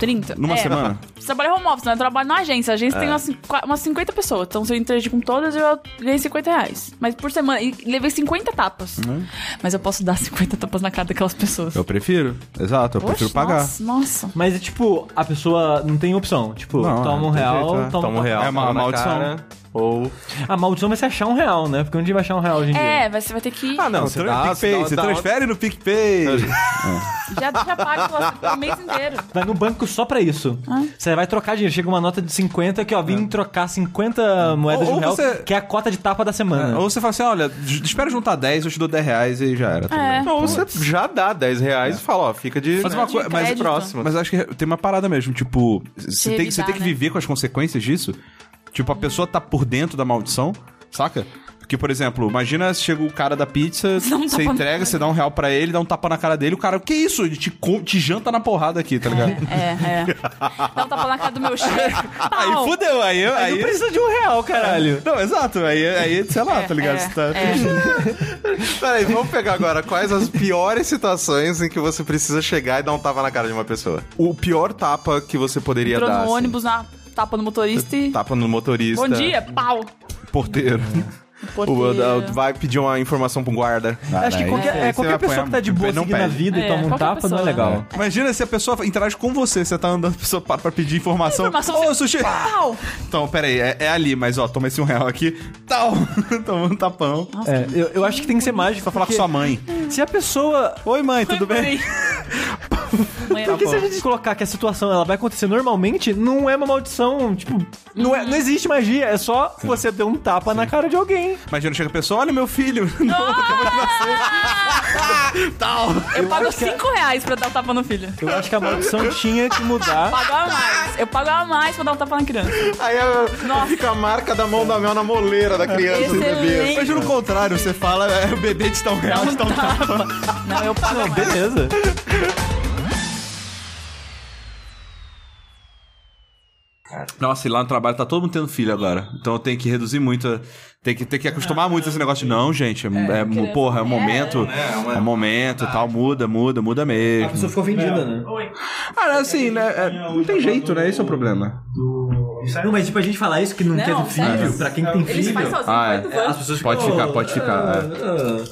C: 30.
B: Numa
C: É,
B: semana? É.
C: Você trabalha home office, né? Eu trabalho na agência. A agência tem umas, cinqu- umas 50 pessoas. Então, se eu interagir com todas, eu ganhei 50 reais. Mas por semana. E levei 50 tapas. Mas eu posso dar 50 tapas na cara daquelas pessoas.
B: Né? Eu prefiro. Exato, eu
C: Poxa,
B: prefiro pagar.
C: Nossa, nossa.
D: Mas é tipo, a pessoa não tem opção. Tipo,
B: Não,
D: toma um
B: não tem
D: real,
B: jeito, é.
D: toma,
A: Toma um real.
B: É uma
A: tapa na
B: maldição.
A: cara, Ou.
D: A maldição vai ser achar um real, né? Porque onde vai achar um real hoje em dia?
C: É, mas você vai ter que.
A: Ah, não. Você,
B: Você,
A: dá,
B: PicPay,
A: você, dá-
B: você
A: dá uma-
B: transfere no PicPay.
C: Já, já paga pela- o mês inteiro.
D: Vai no banco só pra isso. Você vai trocar dinheiro. Chega uma nota de 50 que, ó, vim trocar 50 moedas
B: É. Ou-
D: de um
B: ou
D: real,
B: você-
D: que é a cota de tapa da semana.
B: Ou você fala assim, olha, j- espera juntar 10, eu te dou 10 reais e já era. tá ligado?
C: É.
A: Não, você já dá 10
B: É.
A: reais e fala, ó, fica de.
B: Mas uma
A: né,
B: coisa-
A: de
B: mas-
A: crédito. próximo.
B: Mas acho que tem uma parada mesmo, tipo, você tem, você
C: evitar,
B: tem que
C: né? Uhum.
B: viver com as consequências disso. Tipo, a pessoa tá por dentro da maldição, saca? Porque, por exemplo, imagina chega o cara da pizza,
C: Dá um
B: você
C: tapa na
B: entrega,
C: cara.
B: você dá um real pra ele, dá um tapa na cara dele, o cara, que isso? Ele te, co- te janta na porrada aqui, tá ligado?
C: É, é. Dá um tapa na cara do meu chefe.
B: Aí
C: Pau.
B: fudeu, aí, aí,
D: Não precisa de um real, caralho.
B: Não, exato, aí, aí sei lá,
C: É,
B: tá ligado?
C: é,
B: Você tá
C: é. um-
E: Peraí, vamos pegar agora quais as piores situações em que você precisa chegar e dar um tapa na cara de uma pessoa.
A: O pior tapa que você poderia
C: Entrou
A: dar.
C: no
A: assim,
C: ônibus, na tapa no motorista
B: tá
C: e.
A: Tapa no motorista.
C: Bom dia, pau.
B: porteiro.
A: O- o-
C: Porteiro.
A: o- vai pedir uma informação pro guarda.
D: Acho que qualquer, é, qualquer
B: Aí você vai
D: pessoa
B: apanhar
D: que tá de boa
B: muito, não
D: seguindo a
B: pede.
D: vida e
C: É,
D: toma um
C: qualquer
D: tapa, não é
C: pessoa,
D: legal.
C: né?
B: Imagina se a pessoa interage com você, você tá andando, a pessoa para pra pedir informação.
C: Informação,
B: Ô,
C: você-
B: sushi!
C: Pau.
B: Então, peraí, é, é ali, mas ó, toma esse um real aqui. Tal! toma um tapão.
D: É, eu, eu acho que tem que ser mágico.
B: Só falar com sua mãe.
D: Se a pessoa.
B: Oi, mãe, tudo bem?
C: Amanhã-
D: Porque se a gente colocar que a situação ela vai acontecer normalmente, não é uma maldição. Tipo, não, é, não existe magia. É só você dar um tapa na cara de alguém.
B: Imagina, chega a pessoa, olha meu filho. Tal!
C: Eu pago 5 reais pra dar um tapa no filho.
D: Eu acho que a maldição tinha que mudar.
C: Pago a mais. Eu pago a mais pra dar um tapa na criança.
E: Aí eu-
A: ah,
C: Nossa.
E: fica a marca da mão da Mel na moleira da criança, do bebê.
C: Excelente.
B: Imagina o contrário, você fala, é, o bebê te dá um real, te dá um tapa.
C: Não, eu pago a mais.
D: Beleza.
B: Nossa, e lá no trabalho tá todo mundo tendo filho agora. Então eu tenho que reduzir muito. a- Tem que, tem que acostumar muito esse negócio de não, gente. É, é mo- porra, é o momento. É, o momento e tal. Muda, muda, muda mesmo.
D: ficou vendida, né?
B: Ah, assim, né? é, não tem jeito, né? Esse é o é problema.
F: do
D: Não, mas tipo, a gente falar isso que não,
C: Não,
D: quer ter
C: sério.
D: filho, pra quem tem
C: Eles
D: filho.
C: fazem sozinho,
B: Ah,
C: ah,
B: é.
C: do
D: As
C: banco.
D: pessoas
B: Pode
D: ficam,
B: ficar, pode ficar,
D: "Ah,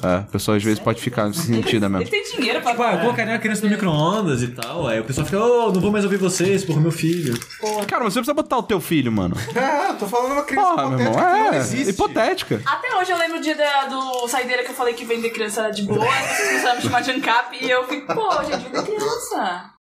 D: ah".
B: É, a pessoa às vezes pode ficar nesse sentido mesmo.
C: Ele tem dinheiro pra
D: Tipo, ah, eu colocaria uma criança no micro-ondas e tal. Aí o pessoal fica, oh, não vou mais ouvir vocês, porra, meu filho.
B: Cara, mas você precisa botar o teu filho, mano.
E: Ah, tô falando uma criança
B: Porra, meu irmão.
E: hipotética que não
B: É,
E: existe.
B: hipotética.
C: Até hoje eu lembro o dia da- do saideira que eu falei que vender criança era de boa, as pessoas começaram a me chamar de ANCAP e eu fico, pô, gente, vender criança.